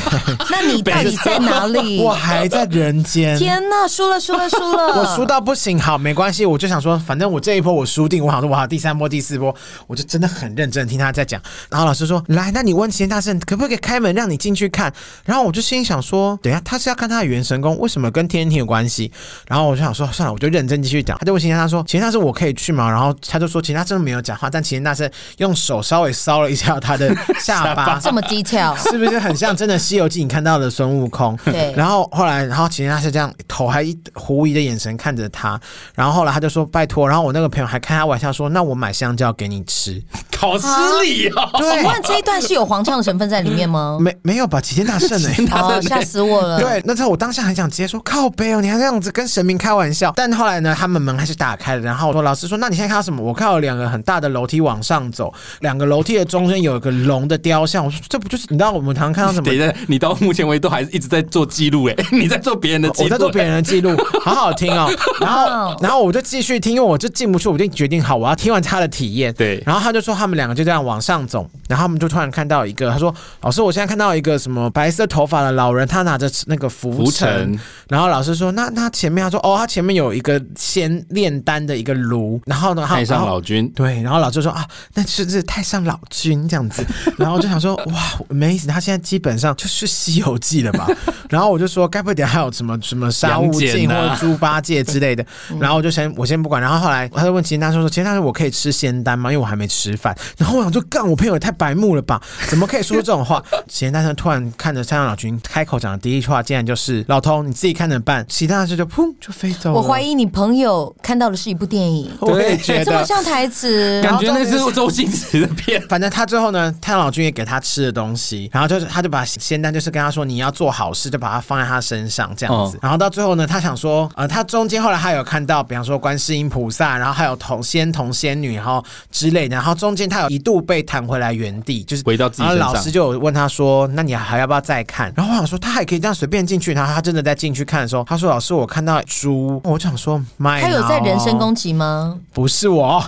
B: 那你到底在哪里
C: 我还在人间。
B: 天呐，输了，输了，输了！
C: 我输到不行，好，没关系，我就想说，反正我这一波我输定，我想说，我好第三波、第四波，我就真的很认真地听他在讲。然后老师说，来，那你问齐天大圣可不可以开门让你进去看？然后我就心里想说，等一下他是要看他的元神宫，为什么跟天庭有关系？然后我就想说，算了，我就认真继续讲。他就问齐天大圣说，齐天大圣我可以去吗？然后他就说，齐天大圣没有讲话，但齐天大圣用手稍微搔了一下他的 下巴。
B: 这么 detail，
C: 是不是很像真的《西游记》你看到的孙悟空？
B: 对
C: 然后后来，然后齐天大圣这样头还一狐疑的眼神看着他，然后后来他就说拜托，然后我那个朋友还开他玩笑说，那我买香蕉给你吃。
D: 好失礼
C: 啊
D: 哦！
B: 请问
C: 对，
B: 这一段是有黄腔的成分在里面吗？
C: 没没有吧？齐天大圣呢、
B: 哦，吓死我
C: 嗯
B: 了！
C: 对，那时候我当下很想直接说靠背哦，你还这样子跟神明开玩笑。但后来呢，他们门还是打开了，然后我说老师说，那你现在看到什么？我看到两个很大的楼梯往上走，两个楼梯的中间有一个龙的雕像。我说这不就是你知道我们常常看到什么
D: 等一下，你到目前为止都还是一直在做记录 哎，你在做别人的记
C: 哦
D: 录，
C: 我在做别人的记 录，好好听哦。然
B: 哇
C: 后，然后我就继续听，因为我就进不去，我就决定好，我要听完他的体验。
D: 对
C: 然后他就说他们两个就这样往上走，然后他们就突然看到一个，他说：“老师，我现在看到一个什么白色头发的老人，他拿着那个
D: 浮
C: 浮
D: 尘
C: 尘。”然后老师说：“那那前面他说哦，他前面有一个先炼丹的一个炉。”然后呢，他
D: 太
C: 然
D: 上
C: 后
D: 老君，
C: 对，然后老师说啊，那是是太上老君这样子， 然后我就想说哇，没意思，他现在基本上就是《西游记》了吧？ 然后我就说，该不会等下还有什么什么沙悟净
D: 杨戬
C: 或
D: 啊
C: 者猪八戒之类的？
B: 嗯
C: 然后我就先我先不管，然后后来他就问齐天大圣说，齐天大圣我可以吃仙丹吗？因为我还没吃饭。然后我想说，干，我朋友也太白目了吧？怎么可以说出这种话？齐天大圣突然看着太上老君开口讲的第一句话，竟然就是老头你自己看着办。齐天大圣就砰就飞走了。
B: 我怀疑你朋友看到的是一部电影，
C: 我也觉
B: 这么
C: 得。
B: 像台词。
D: 感觉那是周星驰的片。
C: 反正他最后呢，太上老君也给他吃的东西，然后就是他就把仙丹就是跟他说你要做好事，就把它放在他身上这样子。
D: 嗯
C: 然后到最后呢，他想说，呃，他中间后来还有看到，比方说观世音菩萨，然后还有童仙童仙女，然后之类的。然后中间他有一度被弹回来原地，就是
D: 回到自己
C: 然后
D: 身
C: 啊老
D: 上
C: 师就有问他说，那你还要不要再看？然后我想说，他还可以这样随便进去。然后他真的在进去看的时候，他说老师，我看到猪。我就想说，妈呀，
B: 他有在人身攻 击吗？
C: 不是我。
B: 哦，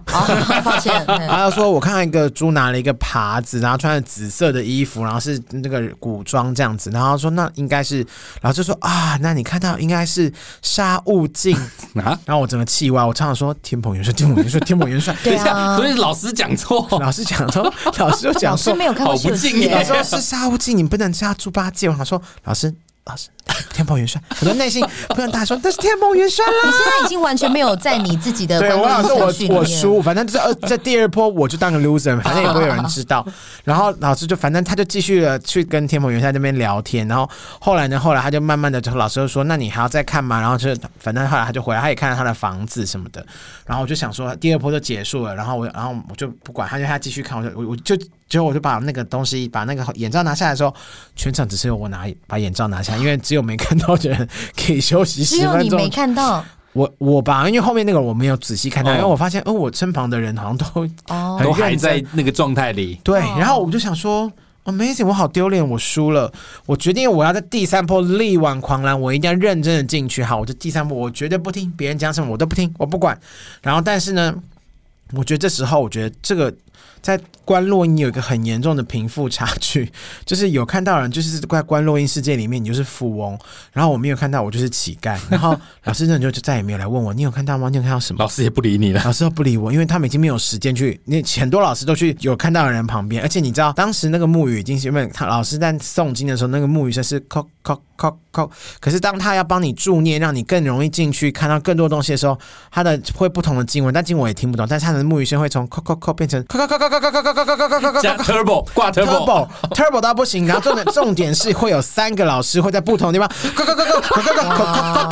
B: 抱歉，嗯
C: 他就说：“我看到一个猪拿了一个耙子，然后穿着紫色的衣服，然后是那个古装这样子。”然后他说：“那应该是。”老师说：“啊，那你看到应该是沙悟净。
D: 啊”，
C: 然后我整个气歪，我常常说：“天蓬元帅，天蓬元帅，天蓬元帅。”
D: 等
B: 对
D: 一下，
B: 啊
D: 所，以老师讲错，
C: 老师讲说，老师就讲
B: 老师
C: 说
B: 没有看过
D: 好不
B: 戏
D: 敬业
C: 老师说是沙悟净，你不能加猪八戒。我想说，老师，老师，天蓬元帅，我的内心不能大说，但是天蓬元帅啦。
B: 现在已经完全没有在你自己的
C: 对
B: 官
C: 我
B: 方
C: 老师，
B: 程序里
C: 我我输，
B: 面。
C: 反正这呃在第二波我就 当个 loser，反正也不会有人知道。然后老师就反正他就继续了去跟天蓬元帅那边聊天，然后后来呢，后来他就慢慢的，老师就说：“那你还要再看吗？”然后就反正后来他就回来，他也看了他的房子什么的。然后我就想说，第二波就结束了，然后我然后我就不管他，因为他继续看，我就我我就。结果我就把那个东西，把那个眼罩拿下来的时候，全场只是有我拿把眼罩拿下来，因为只有没看到的人可以休 息
B: 只
C: 十
B: 有
C: 分
B: 你
C: 钟。
B: 没看到
C: 我我吧，因为后面那个我没有仔细看到，
D: 哦
C: 因为我发现，哦、我身旁的人好像都
B: 哦
C: 很，
D: 都还
C: 认真
D: 在那个状态里。
C: 对，然后我就想说，amazing，我好丢脸，我输了。我决定我要在第三波力挽狂澜，我一定要认真的进去。好，我这第三波我绝对不听别人讲什么，我都不听，我不管。然后但是呢，我觉得这时候，我觉得这个在关洛音有一个很严重的贫富差距， 就是有看到人就是在关洛音世界里面你就是富翁，然后我没有看到我就是乞丐。然后老师那就就再也没有来问我，你有看到吗？你有看到什么
D: 老？师也不理你了，
C: 老师都不理我，因为他们已经没有时间去。那很多老师都去有看到的人旁边，而且你知道，当时那个木语已经是因为他老师在诵经的时候，那个木语声是叩叩叩叩。可是当他要帮你助念，让你更容易进去看到更多东西的时候，他的会不同的经文，但经文我也听不懂，但是他的木语声会从叩叩叩变成叩叩叩叩叩叩叩叩叩叩叩
D: 加
C: 叩。
D: turbo 挂 turbo，
C: Turbo Turbo 到不行，然后重点重点是会有三个老师会在不同地方，然后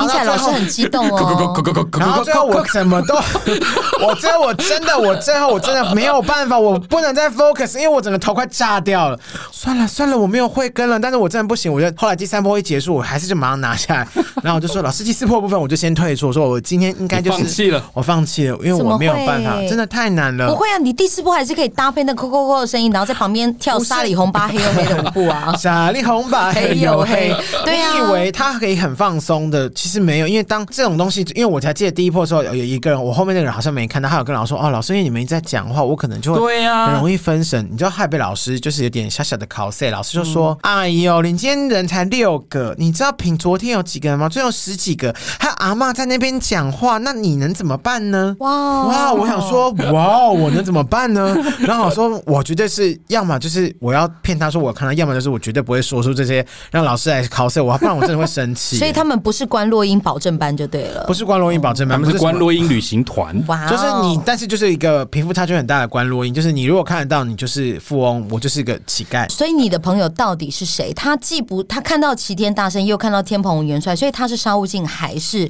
B: 听起来老师很激动哦。
C: 然后最后我怎么都， 我最后我真的我最后我真的没有办法，我不能再 focus，因为我整个头快炸掉了。算了算了，我没有慧根了，但是我真的不行。我就后来第三波一结束，我还是就马上拿下 来。然后我就说，老师第四波部分我就先退出，我说我今天应该就是
D: 你放弃了，
C: 我放弃了，因为我没有办
B: 怎么
C: 法，
B: 会
C: 真的太难了。
B: 不会啊，你第四波还是可以搭配那扣扣扣的声音，然后在旁边跳
C: 不是。
B: 沙里红八黑又黑的舞步啊
C: 傻力红吧，黑又黑
B: 黑又黑。对啊
C: 你以为他可以很放松的，其实没有，因为当这种东西，因为我才记得第一波的时候，有有一个人，我后面那个人好像没看到，他有跟老师说，哦，老师，因为你们一直在讲话，我可能就会
D: 对
B: 啊
D: 呀
C: 很容易分神，你知道，害被老师就是有点小小的 cos，老师就说，哎呦，你今天人才六个，你知道凭昨天有几个人吗？最后十几个，还有阿嬷在那边讲话，那你能怎么办呢？
B: 哇哦
C: 哇，我想说，哇哦，我能怎么办 呢？然后我说，我绝对是，要么就是我要骗他说我看到，要么就是我绝对不会说出这些让老师来考试我，不然我真的会生气。
D: 哦
B: 所以他们不是关落音保证班就对了
C: 不。是关罗音保证班，
D: 他们
C: 不
D: 是
C: 什么
D: 关洛音旅行团。
B: 哇哦
C: 就是你，但是就是一个贫富差距很大的关洛音，就是你如果看得到，你就是富翁，我就是一个乞丐。
B: 所以你的朋友到底是谁？他既不他看到齐天大圣，又看到天蓬元帅，所以他是沙悟净还是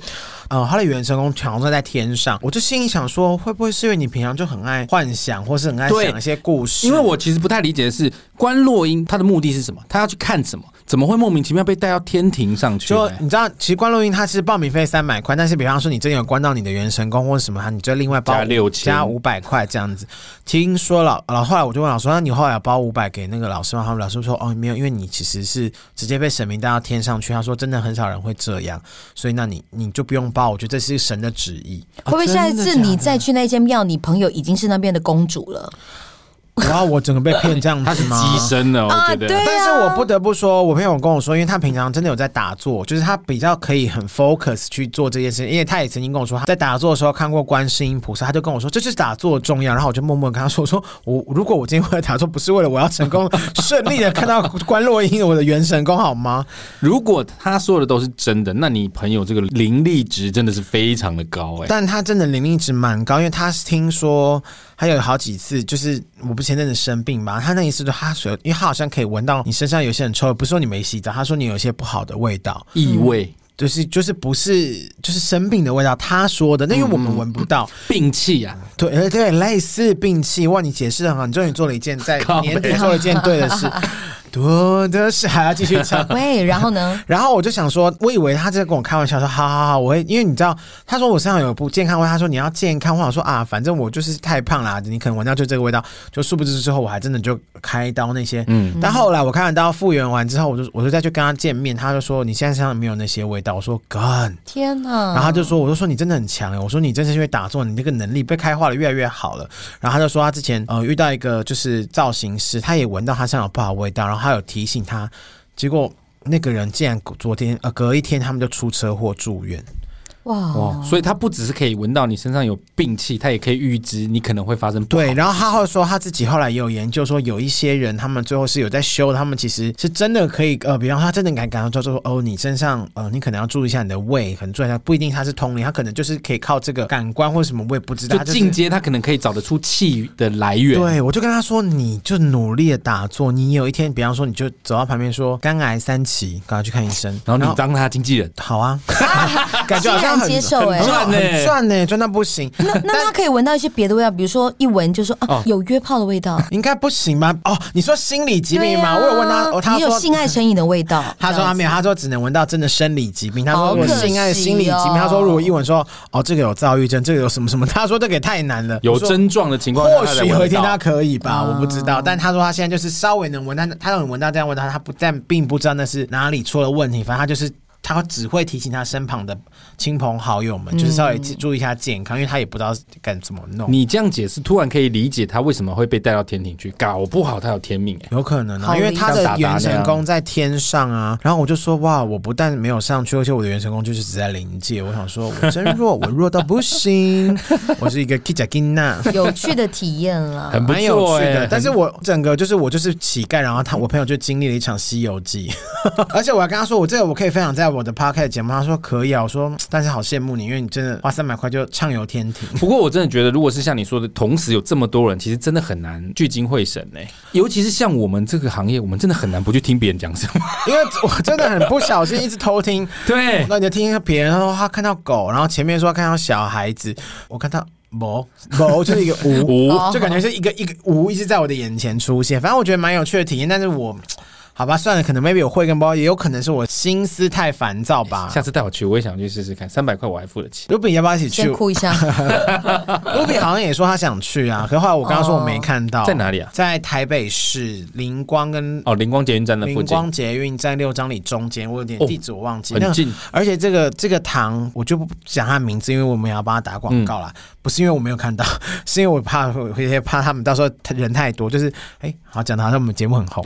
C: 呃，他的元神功好像在天上，我就心里想说，会不会是因为你平常就很爱幻想，或是很爱
D: 对
C: 想一些故事？
D: 因为我其实不太理解的是，关洛音他的目的是什么？他要去看什么？怎么会莫名其妙被带到天庭上去
C: 就
D: 呢？啊
C: 你知道，其实关录音它是报名费三百块，但是比方说你真的有关到你的元神功或者什么，它你就另外包
D: 加6000
C: 加五百块这样子。听说老老后来我就问老师，那你后来有包五百给那个老师吗？他们老师说哦没有，因为你其实是直接被神明带到天上去。他说真的很少人会这样，所以那你你就不用包，我觉得这是神的旨意。
B: 会不会下一次你再去那间庙，你朋友已经是那边的公 主了？
C: 然后我整个被骗这样
D: 他
C: 子
D: 是
C: 吗？
D: 机身哦呢，我觉得。
B: 啊对。
C: 但是我不得不说，我朋友跟我说，因为他平常真的有在打坐，就是他比较可以很 focus 去做这件事情。因为他也曾经跟我说，他在打坐的时候看过观世音菩萨，他就跟我说这就是打坐的重要。然后我就默默跟他说，我说我如果我今天为了打坐，不是为了我要成功顺利的看到观落音我的元神功好吗？
D: 如果他说的都是真的，那你朋友这个灵力值真的是非常的高哎、
C: 但他真的灵力值蛮高，因为他是听说还有好几次，就是我不前阵子生病嘛，他那一次就他所，因为他好像可以闻到你身上有些很臭，不是说你没洗澡，他说你有一些不好的味道。
D: 异味、
C: 就是就是不是就是生病的味道，他说的，那因为我
D: 嗯
C: 们闻不到，
D: 病气啊，
C: 对对对，类似病气，哇，你解释得很好，你终于做了一件在
D: 靠北
C: 年底做了一件对的 事，多的是还要继续唱
B: 喂，然后呢？
C: 然后我就想说，我以为他在跟我开玩笑说，好好好，我会，因为你知道，他说我身上有不健康味，他说你要健康，我想说啊，反正我就是太胖啦，你可能闻到就这个味道，就殊不知之后我还真的就开刀那些，
D: 嗯，
C: 但后来我看完刀复原完之后，我就我就再去跟他见面，他就说你现在身上没有那些味道，我说 God，
B: 天哪！
C: 然后他就说，我就说你真的很强欸，我说你真是因为打坐，你这个能力被开化的越来越好了。然后他就说他之前呃遇到一个就是造型师，他也闻到他身上有不好的味道，然后他有提醒他，结果那个人竟然昨天呃隔一天他们就出车祸住院。
B: 哇
D: 哇，哦所以它不只是可以闻到你身上有病气，它也可以预知你可能会发生不好
C: 对，然后他后说他自己后来也有研究说，有一些人他们最后是有在修，他们其实是真的可以呃，比方说他真的感感到就说哦，你身上呃，你可能要注意一下你的胃，可能注意一下，不一定他是通灵，他可能就是可以靠这个感官或什么，我也不知道。
D: 就
C: 他
D: 进阶，它可能可以找得出气的来源。
C: 对，我就跟他说，你就努力的打坐，你有一天，比方说，你就走到旁边说肝癌三期，赶快去看医生。
D: 然后你当他经纪人，
C: 好 啊，感觉好像很
B: 欣然接受欸
C: 很赚
D: 很赚欸
C: 很赚呢，赚到不行。
B: 那那它可以闻到一些别的味道，比如说一闻就说啊
D: 哦，
B: 有约炮的味道。
C: 应该不行吧？哦，你说心理疾病
B: 对
C: 吗？
B: 啊
C: 我有问他，哦、他
B: 你有
C: 说
B: 性爱成瘾的味道。
C: 他说
B: 这样
C: 他
B: 子
C: 没有，他说只能闻到真的生理疾病。他
B: 啊好
C: 说我
B: 可
C: 性爱的心理疾
B: 惜
C: 病。
B: 哦
C: 他说如果一闻说哦这个有躁郁症，这个有什么什么，他说这个也太难了。
D: 有
C: 我说
D: 症状的情况下，
C: 或
D: 它才
C: 许有一
D: 闻得
C: 天
D: 到啊
C: 他可以吧，我不知道。但他说他现在就是稍微能闻，但他能闻到这样闻到，他不但并不知道那是哪里出了问题，反正他就是。他只会提醒他身旁的亲朋好友们，就是稍微注意一下健康，因为他也不知道该怎么弄。
D: 嗯你这样解释，突然可以理解他为什么会被带到天庭去，搞不好他有天命哎、
C: 有可能
B: 好
C: 啊，因为
B: 理
C: 他
D: 想
C: 的
D: 打打
C: 元
D: 那
C: 神
D: 样
C: 宫在天上啊。然后我就说哇，我不但没有上去，而且我的元神宫就是只在灵界。我想说，我真弱，我弱到不 行，我是一个 k i j a k i n a
B: 有趣的体验 啦。
D: 很不
C: 蛮有
D: 错
C: 趣
D: 哎、
C: 的，但是我整个就是我就是乞丐，然后他我朋友就经历了一场《西游记》， 而且我还跟他说，我这个我可以分享在我的 podcast 节目，他说可以啊，我说但是好羡慕你，因为你真的花三百块就畅游天庭。
D: 不过我真的觉得，如果是像你说的，同时有这么多人，其实真的很难聚精会神哎、尤其是像我们这个行业，我们真的很难不去听别人讲什么。
C: 因为我真的很不小心一直偷 听，
D: 对，
C: 那你就听别人说他看到狗，然后前面说看到小孩子，我看到某某就是 一个无
B: 无
C: 就感觉是一个一个无一直在我的眼前出现。反正我觉得蛮有趣的体验，但是我好吧算了，可能 maybe 我会跟包，也有可能是我心思太烦躁吧。
D: 下次带我去，我也想去试试看，三百块我还付得起。
C: 卢比要不要一起去？
B: 先
C: 卢
B: 哭一下，
C: 比好像也说他想去啊，可是后来我刚刚说我没看到，
D: 在哪里啊
C: 在台北市灵光跟
D: 哦，灵光捷运站的附
C: 灵
D: 近，
C: 光捷运在六张里中间，我有点
D: 哦
C: 地址我忘记。
D: 很
C: 那个
D: 近
C: 而且这个这个堂我就不讲他名字，因为我们也要帮他打广告啦。
D: 嗯
C: 不是因为我没有看到， 是因为我怕会会怕他们到时候人太多。就是哎、好讲的好像我们节目很红，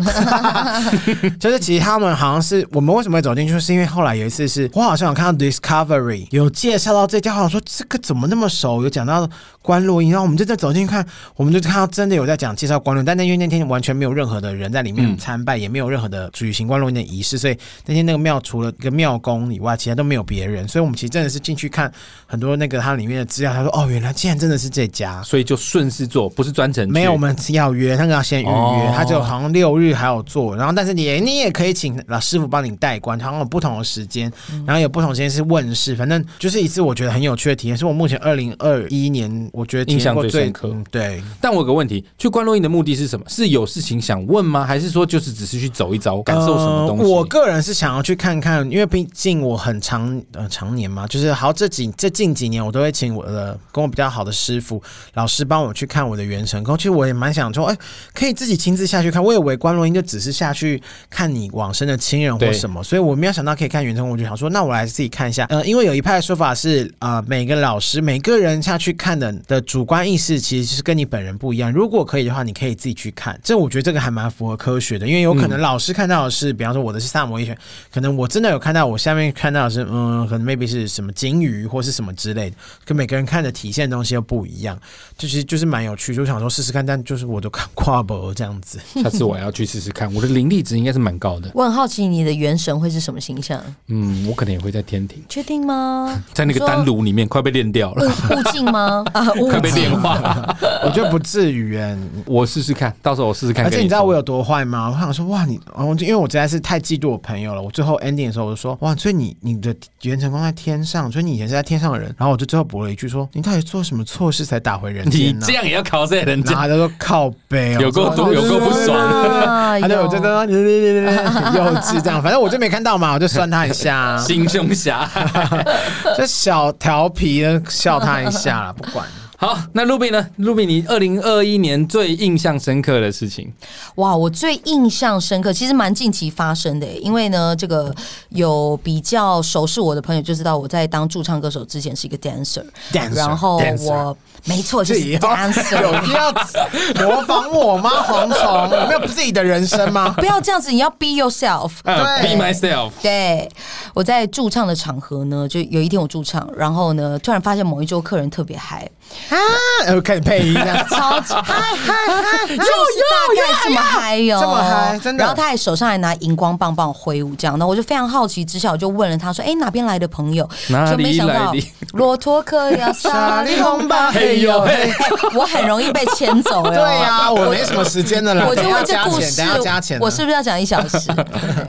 C: 就是其实他们好像是我们为什么会走进去，是因为后来有一次是我好像有看到 Discovery 有介绍到这家，好像说这个怎么那么熟，有讲到关洛英，然后我们就在走进去看，我们就看到真的有在讲介绍关洛英，但那因为那天完全没有任何的人在里面参拜，也没有任何的举行关洛英的仪式，所以那天那个庙除了一个庙公以外，其他都没有别人，所以我们其实真的是进去看很多那个它里面的资料，他说哦，原来竟然真的是这家。
D: 所以就顺势做，不是专程去
C: 没有，我们要约，那个要先预约
D: 哦，
C: 他就好像六日还有做，然后但是你也你也可以请老师傅帮你代关，好像有不同的时间，然后有不同时间是问世，反正就是一次我觉得很有趣的体验，是我目前二零二一年我觉得体验过
D: 印象最深刻
C: 嗯对，
D: 但我有个问题，去观落印的目的是什么？是有事情想问吗？还是说就是只是去走一走，感受什么东西？
C: 呃我个人是想要去看看，因为毕竟我很常呃常年嘛，就是好这几这近几年，我都会请我的跟我比较好的师傅老师帮我去看我的元神宫。其实我也蛮想说，哎、可以自己亲自下去看。我以为观落音就只是下去看你往生的亲人或
D: 对
C: 什么，所以我没有想到可以看元神宫，我就想说，那我来自己看一下。呃，因为有一派的说法是，呃，每个老师每个人下去看的的主观意识其实是跟你本人不一样。如果可以的话，你可以自己去看。这我觉得这个还蛮符合科学的，因为有可能老师看到的是，比方说我的是萨摩耶犬，可能我真的有看到，我下面看到的是，嗯，可能 maybe 是什么鲸鱼或是什么之类的，跟每个人看的体现的东西又不一样，就其实就是蛮有趣，就想说试试看，但就是我都看跨博这样子。
D: 下次我也要去试试看，我的灵力值应该是蛮高的。
B: 我很好奇你的元神会是什么形象？
D: 嗯，我可能也会在天庭，
B: 确定 吗？
D: 在那个丹炉里面快被炼掉了，
B: 悟悟净吗？啊，悟
D: 快被炼
B: 净。
D: 化。
C: 我觉得不至于哎、
D: 我试试看，到时候我试试看。
C: 而且你知道
D: 跟
C: 我
D: 说
C: 有多坏吗？我想说哇，你哦，因为我实在是太嫉妒我朋友了。我最后 ending 的时候，我就说哇，所以你你的元成功在天上，所以你以前是在天上的人。然后我就最后补了一句说，你到底做什么错事才打回人
D: 你
C: 间呢
D: 这？样也要考在人
C: 然后
D: 家，
C: 他就说靠背哦，
D: 有够
C: 我
D: 多，有
C: 就
D: 够不爽。
B: 啊
C: 他就有这个幼稚这样，反正我就没看到嘛，我就酸他一下啊，
D: 心胸狭隘，
C: 就小调皮的笑他一下啦，不管。
D: 好，那 Ruby 呢？Ruby，你二零二一年最印象深刻的事情，
B: 哇，我最印象深刻，其实蛮近期发生的耶，因为呢，这个有比较熟识我的朋友就知道，我在当驻唱歌手之前是一个 dancer，,
C: Dancer，
B: 然后我
C: dancer
B: 没错就是
C: 这也要有
B: dancer。
C: 必要模仿我吗？蝗虫，我们要自己的人生吗？
B: 不要这样子，你要 be yourself。
D: 呃
C: 对
D: ，Be Myself，
B: 对，我在驻唱的场合呢，就有一天我驻唱，然后呢，突然发现某一桌客人特别嗨，
C: 啊，呃开始配音这样，
B: 超级嗨嗨嗨，就是大概这么嗨哟、
C: 这么嗨真的
B: 然后他还手上还拿荧光棒帮我挥舞这样，那我就非常好奇之下，我就问了他说：“哎、哪边来的朋友？”
D: 哪里
B: 就没想
D: 来
B: 到
D: 的
B: 罗托克呀，
C: 沙
B: 沙
C: 利
B: 利
C: 红
B: 红
C: 吧，
B: 吧，
C: 嘿呦嘿。
B: 我很容易被牵走哟。
C: 对呀，我没什么时间的啦，
B: 哎我就
C: 等一下
B: 为这
C: 加
B: 故
C: 钱，
B: 事
C: 等一下加钱啊，
B: 我是不是要讲一小 时？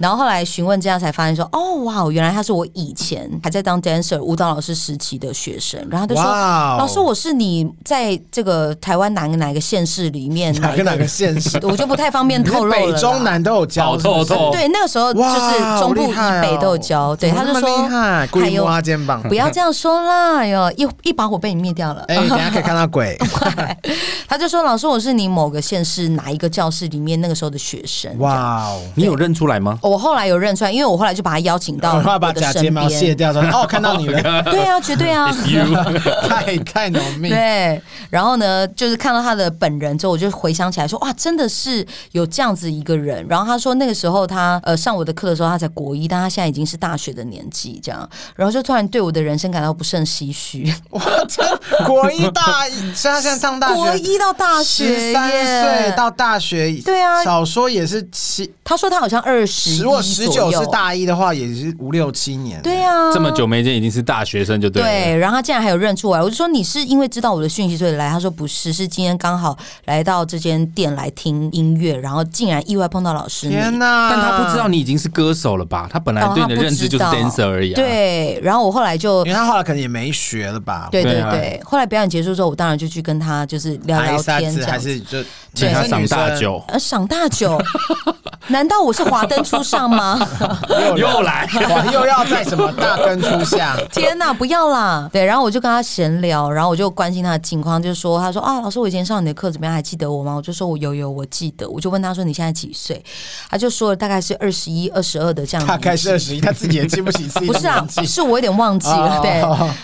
B: 然后后来询问之下才发现说，哦哇，原来他是我以前还在当 dancer 舞蹈老师时期的学生。然后他就说，
C: 哇哦
B: 老师，我是你在这个台湾哪个哪个县市里面
C: 哪个哪个县市？
B: 我就不太方便
C: 你
B: 透
C: 是
B: 露
C: 北
B: 了啦。
C: 中南都有教，
D: 好透
C: 是不是
D: 透
B: 对，那个时候就
C: 哇
B: 是中部
C: 好厉害
B: 以北都有教。
C: 哦
B: 对，他就
C: 怎么那么厉害
B: 说，
C: 故
B: 还
C: 意
B: 有
C: 摸他肩膀，
B: 不要这样说啦，哟，一一把火被你灭掉了。
C: 哎，等一下可以看到 鬼，
B: 他就说，老师，我是你某个县市哪一个教室里面那个时候的学生。哦
C: 哇哦！
D: 你有认出来吗？
B: 我后来有认出来，因为我后来就把他邀请到
C: 我要
B: 我
C: 哦把
B: 的
C: 假睫
B: 身
C: 毛卸
B: 边。
C: 掉，说哦，看到你了，
B: 对啊，绝对啊。
C: 太太浓密，
B: 对，然后呢，就是看到他的本人之后，我就回想起来说，哇，真的是有这样子一个人。然后他说，那个时候他呃上我的课的时候，他才国一，但他现在已经是大学的年纪，这样，然后就突然对我的人生感到不胜唏嘘。
C: 哇，这国一大一，所以他现在上 大学，
B: 国一到大学
C: 十三岁
B: 耶，
C: 到大学，
B: 对啊
C: 少说也是七，
B: 他说他好像二十，
C: 如果十九是，大一的话，也是五六七年，
B: 对啊，
D: 这么久没见，已经是大学生就对了。
B: 对，然后他竟然还有认出来，我就说你是因为知道我的讯息所以来，他说不是，是今天刚好来到这间店来听音乐，然后竟然意外碰到老师你。
C: 天哪！
D: 但他不知道，你已经是歌手了吧？他本来
B: 哦
D: 对
B: 他
D: 你的
B: 不
D: 认知
B: 知
D: 就是
B: 道
D: dancer 而已啊。，
B: 对，然后我后来就
C: 因为他后来可能也没学了吧？
B: 对
D: 对
B: 对
D: 啊
B: 对，后来表演结束之后，我当然就去跟他就是聊
C: 还
B: 聊
C: 是啥
B: 天这
C: 子还
B: 样子。
C: 是就
D: 请他赏大，酒，
B: 呃，赏大 酒，难道我是华灯初上吗？
C: 女生
D: 又来。
C: 哇，又要在什么大根初下？
B: 天哪，不要啦！对，然后我就跟他闲聊，然后我就关心他的近况，就说他说啊，老师，我以前上你的课怎么样？还记得我吗？我就说我有有，我记得。我就问他说你现在几岁？他就说了大概是二十一、二十二的这样 的
C: 大
B: 年纪，
C: 概是二十一，他自己也记不起自己
B: 不
C: 的
B: 是啊
C: 年，纪。
B: 是我有点忘记了。
C: 哦
B: 对，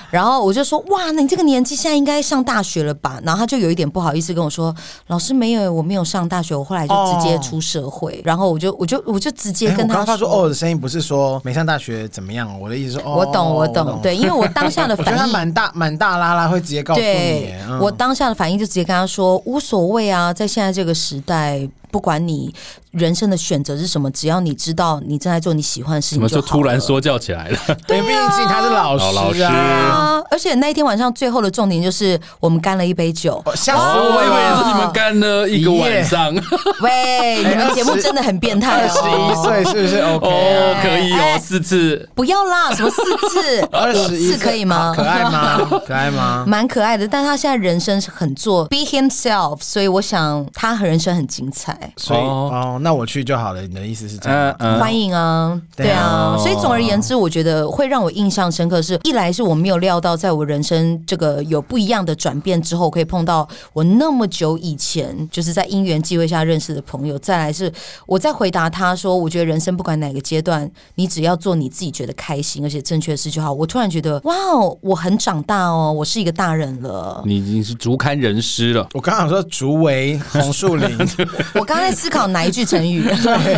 B: 然后我就说哇，那你这个年纪现在应该上大学了吧？然后他就有一点不好意思跟我说，老师没有，我没有上大学，我后来就直接
C: 哦
B: 出社会。然后我就我就我就直接
C: 哎
B: 跟
C: 我
B: 他
C: 刚发出哦的声音，不是说没上大学怎么样？我的意思是，哦，
B: 我懂，我懂，对，因为我当下的
C: 我觉
B: 反
C: 得他
B: 应
C: 满大满大拉拉会直接告诉你
B: 对，，
C: 嗯
B: 我当下的反应就直接跟他说无所谓啊，在现在这个时代，不管你人生的选择是什么，只要你知道你正在做你喜欢的事
D: 怎
B: 情
D: 么
B: 就好
D: 就
B: 了。
D: 突然说教起来了？
C: 对，毕竟他是老
D: 哦老
C: 师
D: 师
C: 啊。。
B: 啊？而且那一天晚上最后的重点就是我们干了一杯酒
C: 哦吓死
D: 哦，
C: 我
D: 我以为
C: 了！
D: 是你们干了一个晚上，
B: 喂，你们节目真的很变态
C: 哎二十一
B: 哦！
C: 岁是不是 OK？ 啊
D: 哦，可以哦
B: 哎，
D: 四次。
B: 不要啦，什么四次？
C: 二
B: 五
C: 十一
B: 次可以吗？
C: 可爱 吗？可爱吗？
B: 蛮可爱的，但他现在人生是很做 be himself，所以我想他人生很精彩。
C: 所以
D: 哦
C: 哦，那我去就好了。你的意思是这
D: 嗯
C: 样？
D: 嗯，
B: 欢迎啊，
C: 对
B: 对
D: 啊
B: 啊，所以总而言之，我觉得会让我印象深刻是，一来是我没有料到，在我人生这个有不一样的转变之后，可以碰到我那么久以前就是在因缘际会下认识的朋友；再来是我在回答他说，我觉得人生不管哪个阶段，你只要做你自己觉得开心而且正确的事就好。我突然觉得，哇哦，我很长大哦，我是一个大人了。
D: 你已经是足堪人师了，
C: 我刚想说竹围红树 林，
B: 我刚才思考哪一句成 语，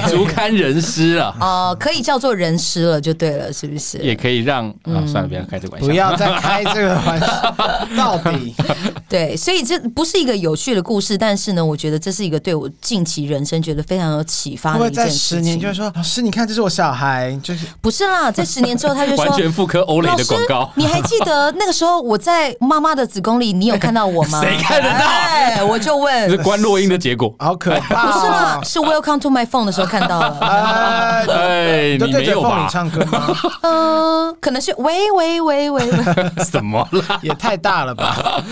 D: 足堪人师了，
B: 呃，可以叫做人师了，就对了，是不 是？
D: 也可以让啊，算了，不要开这个玩笑，
C: 不要再开这个玩笑，到底
B: 对，所以这不是一个有趣的故事，但是呢，我觉得这是一个对我近期人生觉得非常有启
C: 会
B: 发
C: 不
B: 的
C: 会
B: 一件
C: 在
B: 事
C: 十
B: 情。
C: 年就会说老师，你看这是我小孩，就是
B: 不是啦，在十年之后他就说
D: 完。全复刻欧蕾
B: 老
D: 的
B: 师
D: 广告，。
B: 你还记得那个时候我在妈妈的子宫里，你有看到我吗？
D: 谁看得到
B: 哎，我就
D: 这
B: 问
D: 是关洛音的结果。
C: 好可怕哦
B: 不是
D: 哦
B: 啦，是 Welcome to my phone 的时候看到 了。
C: 哎，
D: 哎，
C: 你就
D: 你
C: 对
D: 没
C: 着
D: 有
C: 凤
D: 吧
C: 梨？唱歌吗？
B: 嗯、可能是喂喂喂喂喂，
D: 什么啦？
C: 也太大了 吧，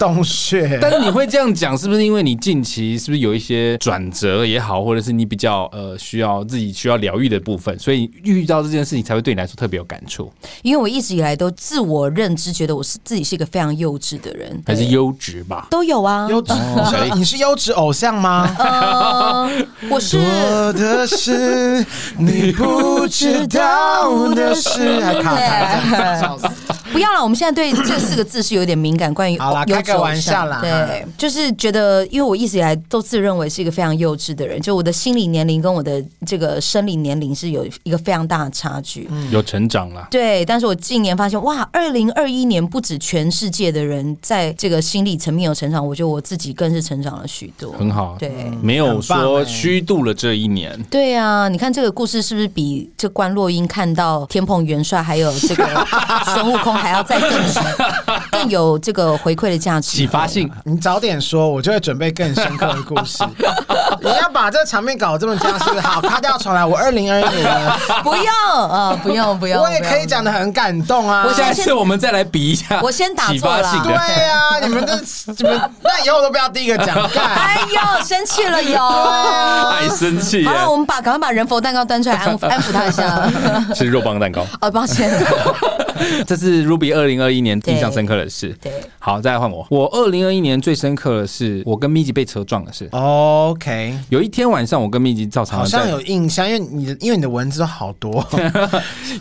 C: 洞 穴。
D: 但是你会这样讲，是不是因为你近期是不是有一些转折也好，或者是你比较呃需要自己需要疗愈的部分，所以遇到这件事情才会对你来说特别有感触，
B: 因为我一直以来都自我认知，觉得我是自己是一个非常幼稚的人，
D: 还是优质吧？
B: 都有啊。
C: 优质，所以你是优质偶像 吗？
B: 呃，我是
C: 多的是你不知道的 事，还卡台，笑死
B: 不要了，我们现在对这四个字是有点敏感，关于
C: 好啦
B: 幼
C: 开
B: 稚
C: 个
B: 偶
C: 玩笑
B: 像
C: 啦
B: 对，就是觉得，因为我一直以来都自认为是一个非常幼稚的人，就我的心理年龄跟我的这个生理年龄是有一个非常大的差距。
C: 嗯
D: 有成长啦。
B: 对，但是我近年发现，哇，二零二一年不止全世界的人在这个心理层面有成长，我觉得我自己更是成长了许多。
D: 很好啊
B: 对。
D: 没有
C: 很棒
D: 说
C: 欸
D: 虚度了这一年，
B: 对啊，你看这个故事是不是比这关洛英看到天蓬元帅还有这个 孙悟空还要再更更有这个回馈的价值？
D: 启发性。
C: 你早点说，我就会准备更深刻的故事。 你要把这场面搞得这么僵，是 不是？好，卡掉重来。我二零二一年，
B: 不用啊，不用不用，
C: 我也可以
B: 不用。
C: 讲的很感动啊。
B: 我
D: 下一次我们再来比一下，
B: 我先打
D: 启
B: 错
D: 发
B: 啦
D: 性
C: 对
D: 的。
C: 啊，你们这你们那以后都不要第一个讲 干。
B: 哎呦，生气了哟！
D: 太生气
B: 好了，我
D: 了，
B: 们把赶快把人佛蛋糕端出来安 抚安抚他一下。
D: 是肉棒 蛋糕。
B: 哦，抱 歉，
D: 这是 Ruby 二零二一年
B: 对
D: 印象深刻的事。
B: 对，
D: 好，再来换我。我二零二一年最深刻的是我跟 Miki 被车撞的事。
C: OK，
D: 有一天晚上，我跟 Miki 照常
C: 好
D: 地在
C: 像有印象，因为你的因为你的文字都好多。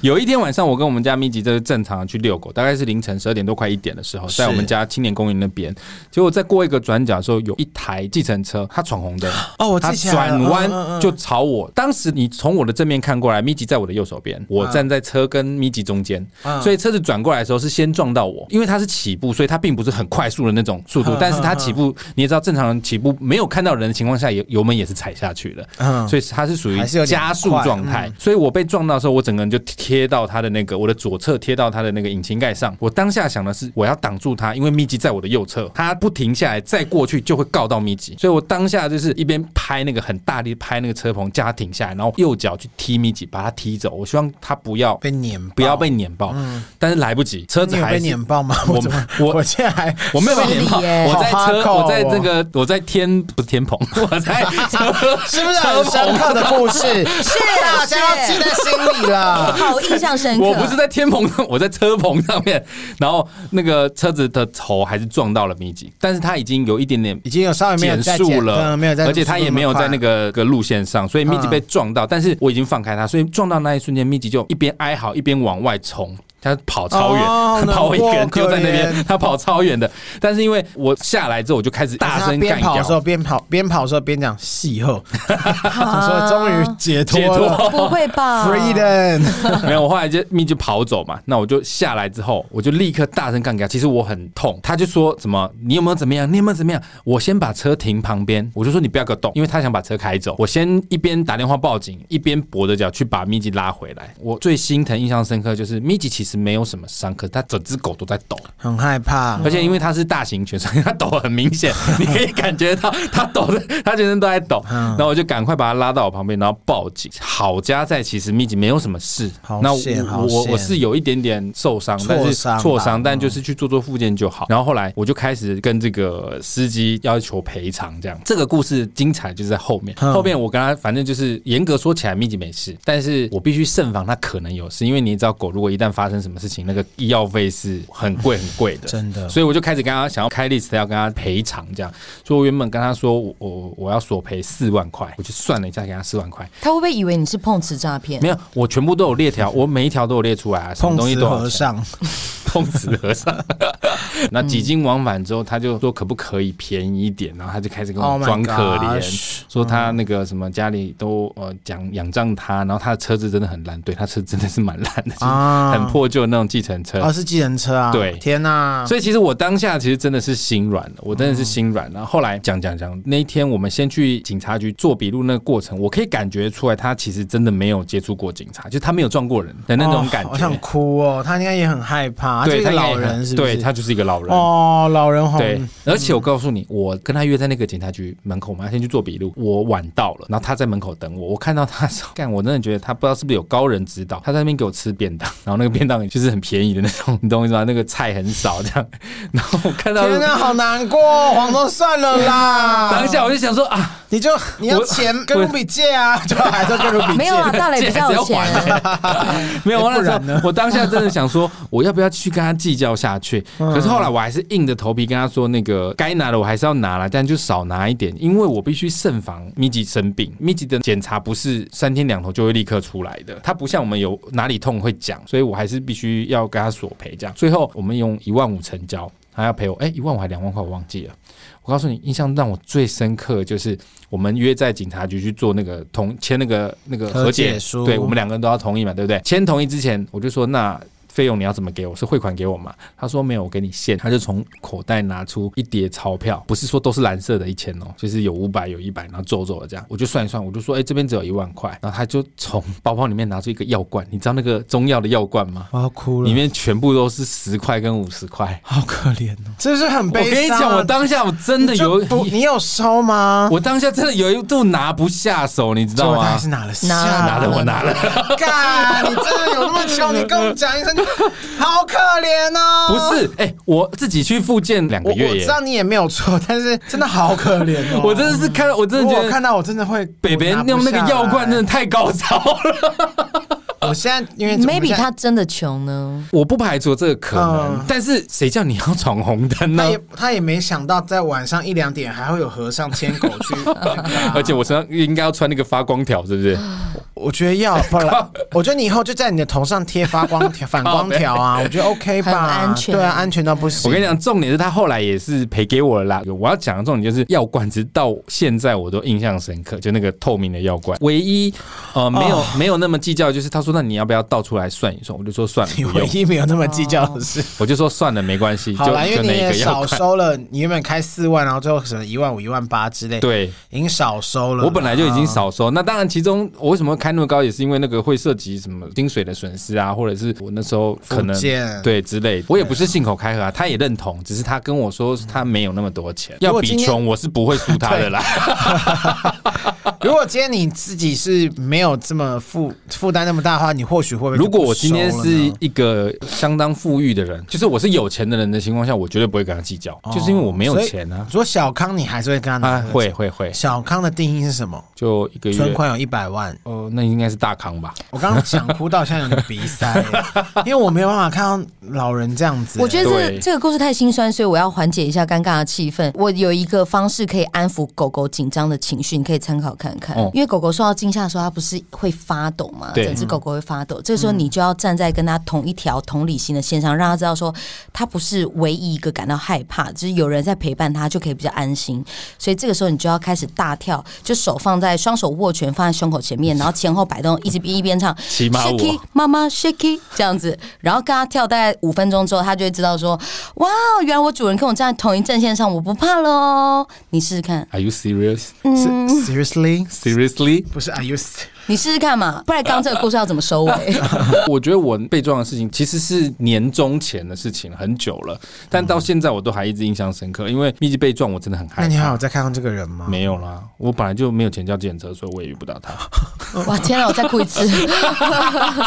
D: 有一天晚上，我跟我们家咪吉就是正常的去遛狗，大概是凌晨十二点多快一点的时候，
C: 是
D: 在我们家青年公园那边，结果在过一个转角的时候，有一台计程车，它闯红灯，
C: 哦 我
D: 它
C: 记起来了嗯
D: 转
C: 嗯
D: 弯
C: 嗯
D: 就朝我。当时你从我的正面看过来，咪吉在我的右手边，
C: 啊
D: 我站在车跟咪吉中间，
C: 嗯
D: 所以车子转过来的时候是先撞到我，因为它是起步，所以它并不是很快速的那种速度
C: 嗯，
D: 但是它
C: 嗯嗯
D: 起步，你也知道，正常人起步没有看到人的情况下，油油门也是踩下去的，
C: 嗯
D: 所以它是属于
C: 还是有点
D: 加速
C: 快
D: 状
C: 嗯
D: 态。所以我被撞到的时候，我整个人就贴到他的那个我的左侧贴到他的那个引擎盖上。我当下想的是我要挡住他，因为密集在我的右侧，他不停下来再过去就会告到密集。所以我当下就是一边拍那个很大力地拍那个车棚，叫他停下来，然后右脚去踢密集，把他踢走。我希望他不要
C: 被碾爆，嗯
D: 不要被碾爆，但是来不及，车
C: 你
D: 子
C: 有
D: 还
C: 被
D: 是
C: 碾爆吗？
D: 我
C: 我怎么
D: 我
C: 我现在还
D: 我没有被碾
B: 是
D: 爆，
B: 你耶
D: 我在
C: 好哈
D: 车，
C: 扣哦
D: 我在这个，我在天不是天棚， 我在车，
C: 是不是很深刻的故 事？是
B: 啊
C: 大家要记在心里了。
B: 好印象深刻。
D: 我不是在天棚上，我在车棚上面，然后那个车子的头还是撞到了米吉，但是它已经有一点点
C: 已经有稍微没有
D: 减
C: 在
D: 速了，
C: 嗯没有在，
D: 而且它也没有在那
C: 个。
D: 个个路线上，所以
C: 嗯
D: 米吉被撞到，但是我已经放开它，所以撞到那一瞬间，米吉就一边哀嚎一边往外冲。他跑超远，
C: 哦
D: 他把我一个人
C: 难过
D: 丢在那
C: 可
D: 边，
C: 怜
D: 他跑超远的。但是因为我下来之后，我就开始大声
C: 边
D: 干
C: 跑的时候
D: 掉，
C: 边跑边跑的时候边讲戏 后，我说终于解脱
D: 啊解脱
C: 了。
B: 不会吧
C: Freedom，
D: 没有，我后来就咪就跑走嘛，那我就下来之后，我就立刻大声干给他。其实我很痛，他就说什么你有没有怎么样，你有没有怎么样？我先把车停旁边，我就说你不要给我动，因为他想把车开走。我先一边打电话报警，一边跛着脚去把咪吉拉回来。我最心疼、印象深刻就是咪吉其实没有什么伤，可是他整只狗都在抖。
C: 很害怕。
D: 而且因为它是大型犬，所以它抖很明显，你可以感觉到它抖的，它全身都在抖。
C: 嗯
D: 然后我就赶快把它拉到我旁边，然后报警。好家在其实密集没有什么事
C: 好，
D: 那我
C: 险好
D: 我
C: 险
D: 我是有一点点受伤，
C: 挫
D: 但是
C: 伤吧
D: 挫伤，但
C: 嗯
D: 就是去做做复健就好。然后后来我就开始跟这个司机要求赔偿，这样。这个故事精彩就是在后面，
C: 嗯
D: 后面我跟他反正就是严格说起来密集没事，但是我必须慎防它可能有事，因为你也知道狗如果一旦发生什么事情，那个医药费是很贵很贵 的，
C: 真的
D: 所以我就开始跟他想要开 list 要跟他赔偿这样，所以我原本跟他说我我我要索赔四万块，我就算了一下给他四万块，
B: 他会不会以为你是碰瓷诈骗
D: 没？有，我全部都有列条，我每一条都有列出来、 啊，什么
C: 碰
D: 东西
C: 瓷
D: 多少
C: 和
D: 钱，
C: 尚，
D: 碰瓷 和尚。那几
C: 嗯
D: 经往返之后，他就说可不可以便宜一点，然后他就开始跟
C: Oh
D: 我
C: my
D: 装可怜
C: gosh
D: 说他那个什么家里都呃养仰仗他，然后他的车子真的很烂，对他车子真的是蛮烂的，就 是
C: 啊
D: 很破旧的那种计程车。
C: 哦，是计程车啊！
D: 对
C: 天哪！
D: 所以其实我当下其实真的是心软了，我真的是心软。然后后来讲讲讲，那一天我们先去警察局做笔录那个过程，我可以感觉出来他其实真的没有接触过警察，就是他没有撞过人的那种感
C: 哦
D: 觉。
C: 好想哭哦。他应该也很害怕，
D: 对
C: 这个
D: 他应该
C: 老
D: 也很
C: 人是不是？
D: 对他就是一个老老人。
C: 哦，老人好，
D: 对，而且我告诉你，我跟他约在那个警察局门口，我们要先去做笔录。我晚到了，然后他在门口等我。我看到他的时候， 干，我真的觉得他不知道是不是有高人指导，他在那边给我吃便当， 然后那个便当就是很便宜的那种，你懂我意思吗？那个菜很少这样。 然后我看到
C: 天啊哪，好难过，黄总算了啦。
D: 当下我就想说啊，
C: 你就你要钱跟卢比借 啊，就还是跟卢比借。
B: 没有啊，大磊比较有
D: 这还是要
B: 钱，
D: 没有，我
C: 哎不
D: 那时
C: 然呢
D: 候我当下真的想说，我要不要去跟他计较下 去？
C: 嗯
D: 嗯可是后来我还是硬着头皮跟他说，那个该拿的我还是要拿了，但就少拿一点，因为我必须慎防密集生病。密集的检查不是三天两头就会立刻出来的，它不像我们有哪里痛会讲，所以我还是必须要跟他索赔这样。最后我们用一万五成交。他要赔我，哎、一万五还两万块，我忘记了。我告诉你，印象让我最深刻的就是我们约在警察局去做那个同签那个那个
C: 和
D: 和解
C: 解书
D: 对我们两个人都要同意嘛，对不对？签同意之前，我就说那。费用你要怎么给我？是汇款给我吗？他说没有，我给你现。他就从口袋拿出一叠钞票，不是说都是蓝色的一千哦，就是有五百，有一百，然后皱皱的这样。我就算一算，我就说，哎、这边只有一万块。然后他就从包包里面拿出一个药罐，你知道那个中药的药罐吗？
C: 我要哭了，
D: 里面全部都是十块跟五十块。
C: 好可怜哦，这是很
D: 我
C: 悲伤。
D: 跟你讲，我当下我真的有
C: 就不，你有收吗？
D: 我当下真的有一度拿不下手，你知
C: 啊结
D: 道
C: 果他
D: 吗
C: 还是？拿了下，
B: 拿
D: 拿了，我拿了。
C: 干，你真的有那么穷？你跟我们讲 一声，好可怜哦。
D: 不是，哎、我自己去复健两
C: 我，
D: 个
C: 我
D: 月
C: 知
D: 耶。
C: 道你也没有错，但是真的好可怜哦。
D: 我真的是看，我真
C: 如
D: 的
C: 果
D: 觉
C: 我看
D: 得
C: 到我真的会，
D: 北北
C: 我拿不
D: 用那个呃
C: 下
D: 药罐
C: 来
D: 真的太高超了。
C: 我现在因为我们
B: maybe
C: 现在
B: 他真的穷呢。
D: 我不排除这个可能，
C: 嗯
D: 但是谁叫你要闯红灯
C: 他
D: 呢
C: 也？他也没想到在晚上一两点还会有和尚牵狗去，
D: 而且我身上应该要穿那个发光条，是不是？
C: 我觉得要不 然，我觉得你以后就在你的头上贴发光条、反光条啊，我觉得 OK 吧，
B: 很安全
C: 对啊，安全到不行。
D: 我跟你，讲，重点是他后来也是赔给我了啦。我要讲的重点就是药罐，直到现在我都印象深刻，就那个透明的药罐。唯一
C: 哦
D: 呃没有、没有那么计较，就是他说那你要不要倒出来算一算？我就 说算了，
C: 你
D: 不
C: 唯
D: 用
C: 一没有那么计较的是，
D: 我就说算了，没关系，就
C: 好
D: 就
C: 啦，因为
D: 那
C: 你
D: 一
C: 也
D: 个药
C: 少
D: 罐。
C: 收了，你原本开四万，然后最后什么一万五、一万八之类，，
D: 对，
C: 已经少收了。
D: 我本来就已经少收。那当然，其中我为什么会开那么高，也是因为那个会涉及什么薪水的损失啊，或者是我那时候可能
C: 福建
D: 对之类的。我也不是信口开河啊，他也认同，只是他跟我说他没有那么多钱，
C: 如
D: 要
C: 果
D: 比
C: 今天
D: 穷我是不会输他 的啦。
C: 如果今天你自己是没有这么负负担那么大的话，你或许会不会就
D: 如果我
C: 不收
D: 今天
C: 了
D: 是
C: 呢
D: 一个相当富裕的人，就是我是有钱的人的情况下，我绝对不会跟他计较，就是因为我没有
C: 哦所以
D: 钱啊。
C: 如果小康，你还是会跟他拿
D: 啊，
C: 这个
D: 会
C: 钱。
D: 会会，
C: 小康的定义是什么？
D: 就一个月
C: 存。款有一百万。
D: 哦，那应该是大康吧？
C: 我刚刚想哭到现在有点鼻塞耶， 因为我没有办法看到老人这样子。
B: 我觉得这
D: 对
B: 这个故事太心酸，所以我要缓解一下尴尬的气氛。我有一个方式可以安抚狗狗紧张的情绪，你可以参考看看。
D: 哦
B: 因为狗狗受到惊吓的时候，它不是会发抖嘛？
D: 对嗯
B: 整只狗狗会发抖。这个时候你就要站在跟它同一条同理心的线上，让它知道说它不是唯一一个感到害怕，就是有人在陪伴它，就可以比较安心。所以这个时候你就要开始大跳，就手放在双手握拳放在胸口前面，然后前后摆动，一直边一边唱。
D: 骑马舞
B: Shaky 妈妈 Shaky 这样子，然后跟他跳大概五分钟之后，他就会知道说，哇，原来我主人跟我站在同一阵线上，我不怕喽。你试试看，
D: ？Are you serious?
B: 嗯
C: 是 seriously，
D: Seriously？
C: 不是 are you？s-
B: 你试试看嘛，不然刚刚这个故事要怎么 收尾？
D: 我觉得我被撞的事情其实是年中前的事情，很久了，但到现在我都还一直印象深刻，因为密集被撞，我真的很害
C: 那
D: 怕。
C: 你还有再看到这个人吗？
D: 没有啦，我本来就没有钱叫检车，所以我也遇不到他。
B: 哇，天啊，我再哭一次，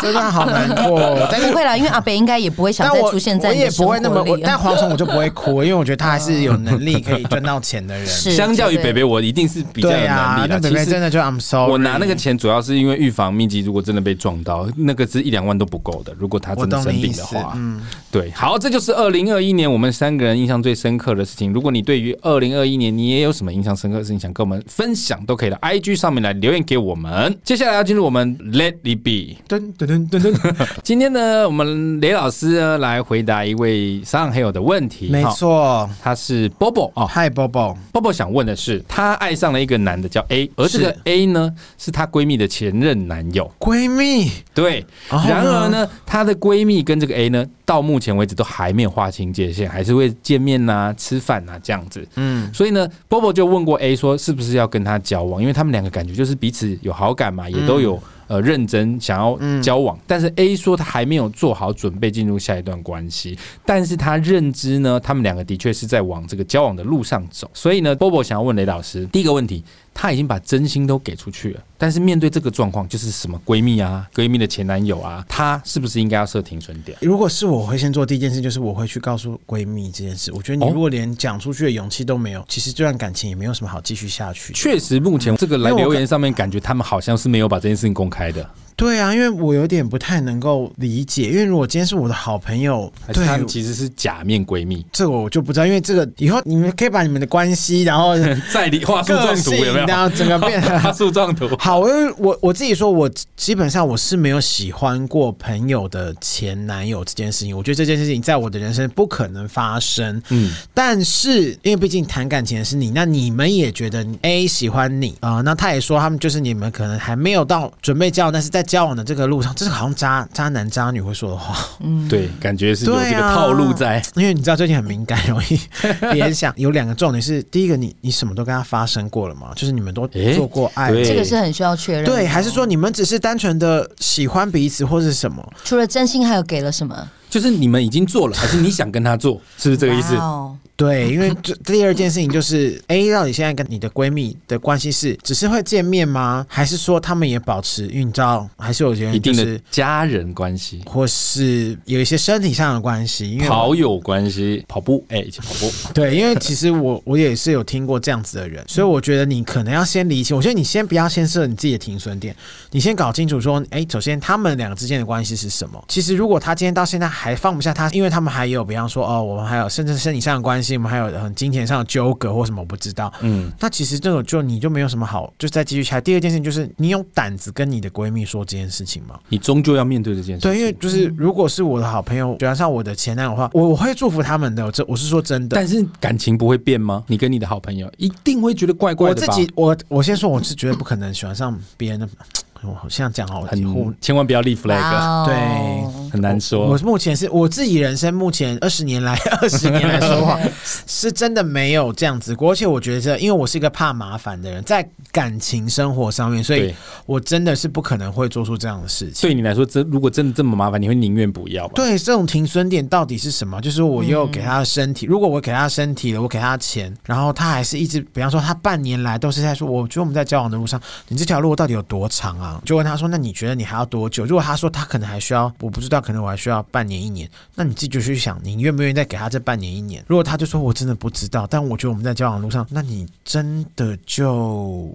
C: 真的好难过 哦。但
B: 不
C: 是，
B: 会啦，因为阿北应该也不会想
C: 但
B: 再
C: 我
B: 出现在
C: 我
B: 你
C: 也
B: 的生
C: 不
B: 活
C: 会那么，我
B: 里。啊
C: 但蝗虫我就不会哭，因为我觉得他还是有能力可以赚到钱的 人。
B: 是
D: 相较于
B: 绝对
D: 北北，我一定是比较有
C: 对
D: 能力啦。
C: 啊，那北
D: 其
C: 北
D: 实
C: 真的就 I'm sorry。
D: 我拿那个钱主要是因为预防密集，如果真的被撞到，那个是一两万都不够的。如果他真的生病的
C: 我懂你意思嗯
D: 话，对，好，这就是二零二一年我们三个人印象最深刻的事情。如果你对于二零二一年你也有什么印象深刻的事情想跟我们分享，都可以到 IG 上面来留言给我们。接下来要进入我们 Let It Be。
C: 噔噔噔噔 噔，
D: 今天呢，我们雷老师呢来回答一位上黑友的问题。
C: 没
D: 哈，
C: 错。
D: 他是 Bobo 哦，
C: 嗨，Bobo，
D: Bobo 想问的是，她爱上了一个男的叫 A，而这个 A 呢是她闺蜜的前任男友。
C: 闺蜜，
D: 对，
C: 然后呢
D: 然而呢，她的闺蜜跟这个 A 呢，到目前为止都还没有划清界限，还是会见面呐、吃饭呐、这样子。
C: 嗯，
D: 所以呢，Bobo 就问过 A 说，是不是要跟他交往？因为他们两个感觉就是彼此有好感嘛，也都有呃认真想要交往，但是 A 说他还没有做好准备进入下一段关系，但是他认知呢，他们两个的确是在往这个交往的路上走。所以呢，Bobo 想要问雷老师第一个问题。他已经把真心都给出去了，但是面对这个状况，就是什么闺蜜啊、闺蜜的前男友啊，他是不是应该要设停损点？
C: 如果是我，我会先做第一件事，就是我会去告诉闺蜜这件事。我觉得你
D: 哦
C: 如果连讲出去的勇气都没有，其实这段感情也没有什么好继续下去的。
D: 确实，目前这个来
C: 因为我
D: 留言上面感觉他们好像是没有把这件事情公开的，
C: 对啊，因为我有点不太能够理解，因为如果今天是我的好朋友，
D: 还是
C: 对
D: 他们其实是假面闺蜜，
C: 这个我就不知道，因为这个以后你们可以把你们的关系，然后
D: 在理画树
C: 个
D: 状图
C: 性啊
D: 有没，
C: 然
D: 有？
C: 后整个变
D: 画树状图，
C: 好，因为我我自己说，我基本上我是没有喜欢过朋友的前男友这件事情。我觉得这件事情在我的人生不可能发生。
D: 嗯，
C: 但是因为毕竟谈感情的是你，那你们也觉得 A 喜欢你啊、呃那他也说他们就是你们可能还没有到准备交往，但是在交往的这个路上，这是好像渣渣男渣女会说的话。
B: 嗯
D: 对，感觉是有这
C: 对
D: 个
C: 啊
D: 套路在。
C: 因为你知道最近很敏感，容易联 想。有两个重点是，第一个你你什么都跟他发生过了吗？就是你们都
D: 诶
C: 做过爱
D: 对啊
B: 这个是很需要确认的哦。
C: 对，还是说你们只是单纯的喜欢彼此，或是什么？
B: 除了真心，还有给了什么？
D: 就是你们已经做了，还是你想跟他做？是不是这个意思
B: 哇？哦
C: 对，因为 这第二件事情就是，A 到底现在跟你的闺蜜的关系是只是会见面吗？还是说他们也保持？因为你知道，还是有些
D: 一
C: 人就
D: 定
C: 是
D: 的，家人关系、
C: 或是有一些身体上的关系。因为我
D: 跑友关系、跑步，哎，一起跑步。
C: 对，因为其实我我也是有听过这样子的人，所以我觉得你可能要先理清。我觉得你先不要先设你自己的停损点，你先搞清楚说，哎、首先他们两个之间的关系是什么？其实如果他今天到现在还放不下他，因为他们还有比方说哦，我们还有甚至身体上的关系，我们还有很金钱上的纠葛或什么，我不知道。
D: 嗯，
C: 那其实这种就你就没有什么好，就再继续下来。第二件事情就是，你有胆子跟你的闺蜜说这件事情吗？
D: 你终究要面对这件事情。
C: 对，因为就是如果是我的好朋友喜欢上我的前男友的话，我我会祝福他们的。我这我是说真的。
D: 但是感情不会变吗？你跟你的好朋友一定会觉得怪怪
C: 我
D: 的
C: 自
D: 吧？
C: 己，我我先说，我是绝对不可能喜欢上别人的。我好像讲好几乎
D: 很千万不要立 flag，
B: 哇哦
C: 对
D: 很难
C: 我
D: 说。
C: 目前是我自己人生目前二十年来 二十年来说
B: 哦
C: 话，是真的没有这样子过。而且我觉得，因为我是一个怕麻烦的人，在感情生活上面，所以
D: 对
C: 我真的是不可能会做出这样的事情。
D: 对你来说，真如果真的这么麻烦，你会宁愿不要吧？
C: 对，这种停损点到底是什么？就是我又给他的身体，如果我给他的身体了，我给他钱，然后他还是一直，比方说他半年来都是在说，我觉得我们在交往的路上，你这条路到底有多长啊？就问他说，那你觉得你还要多久？如果他说他可能还需要，我不知道，可能我还需要半年一年，那你自己就去想，你愿不愿意再给他这半年一年？如果他就说我真的不知道，但我觉得我们在交往的路上，那你真的就。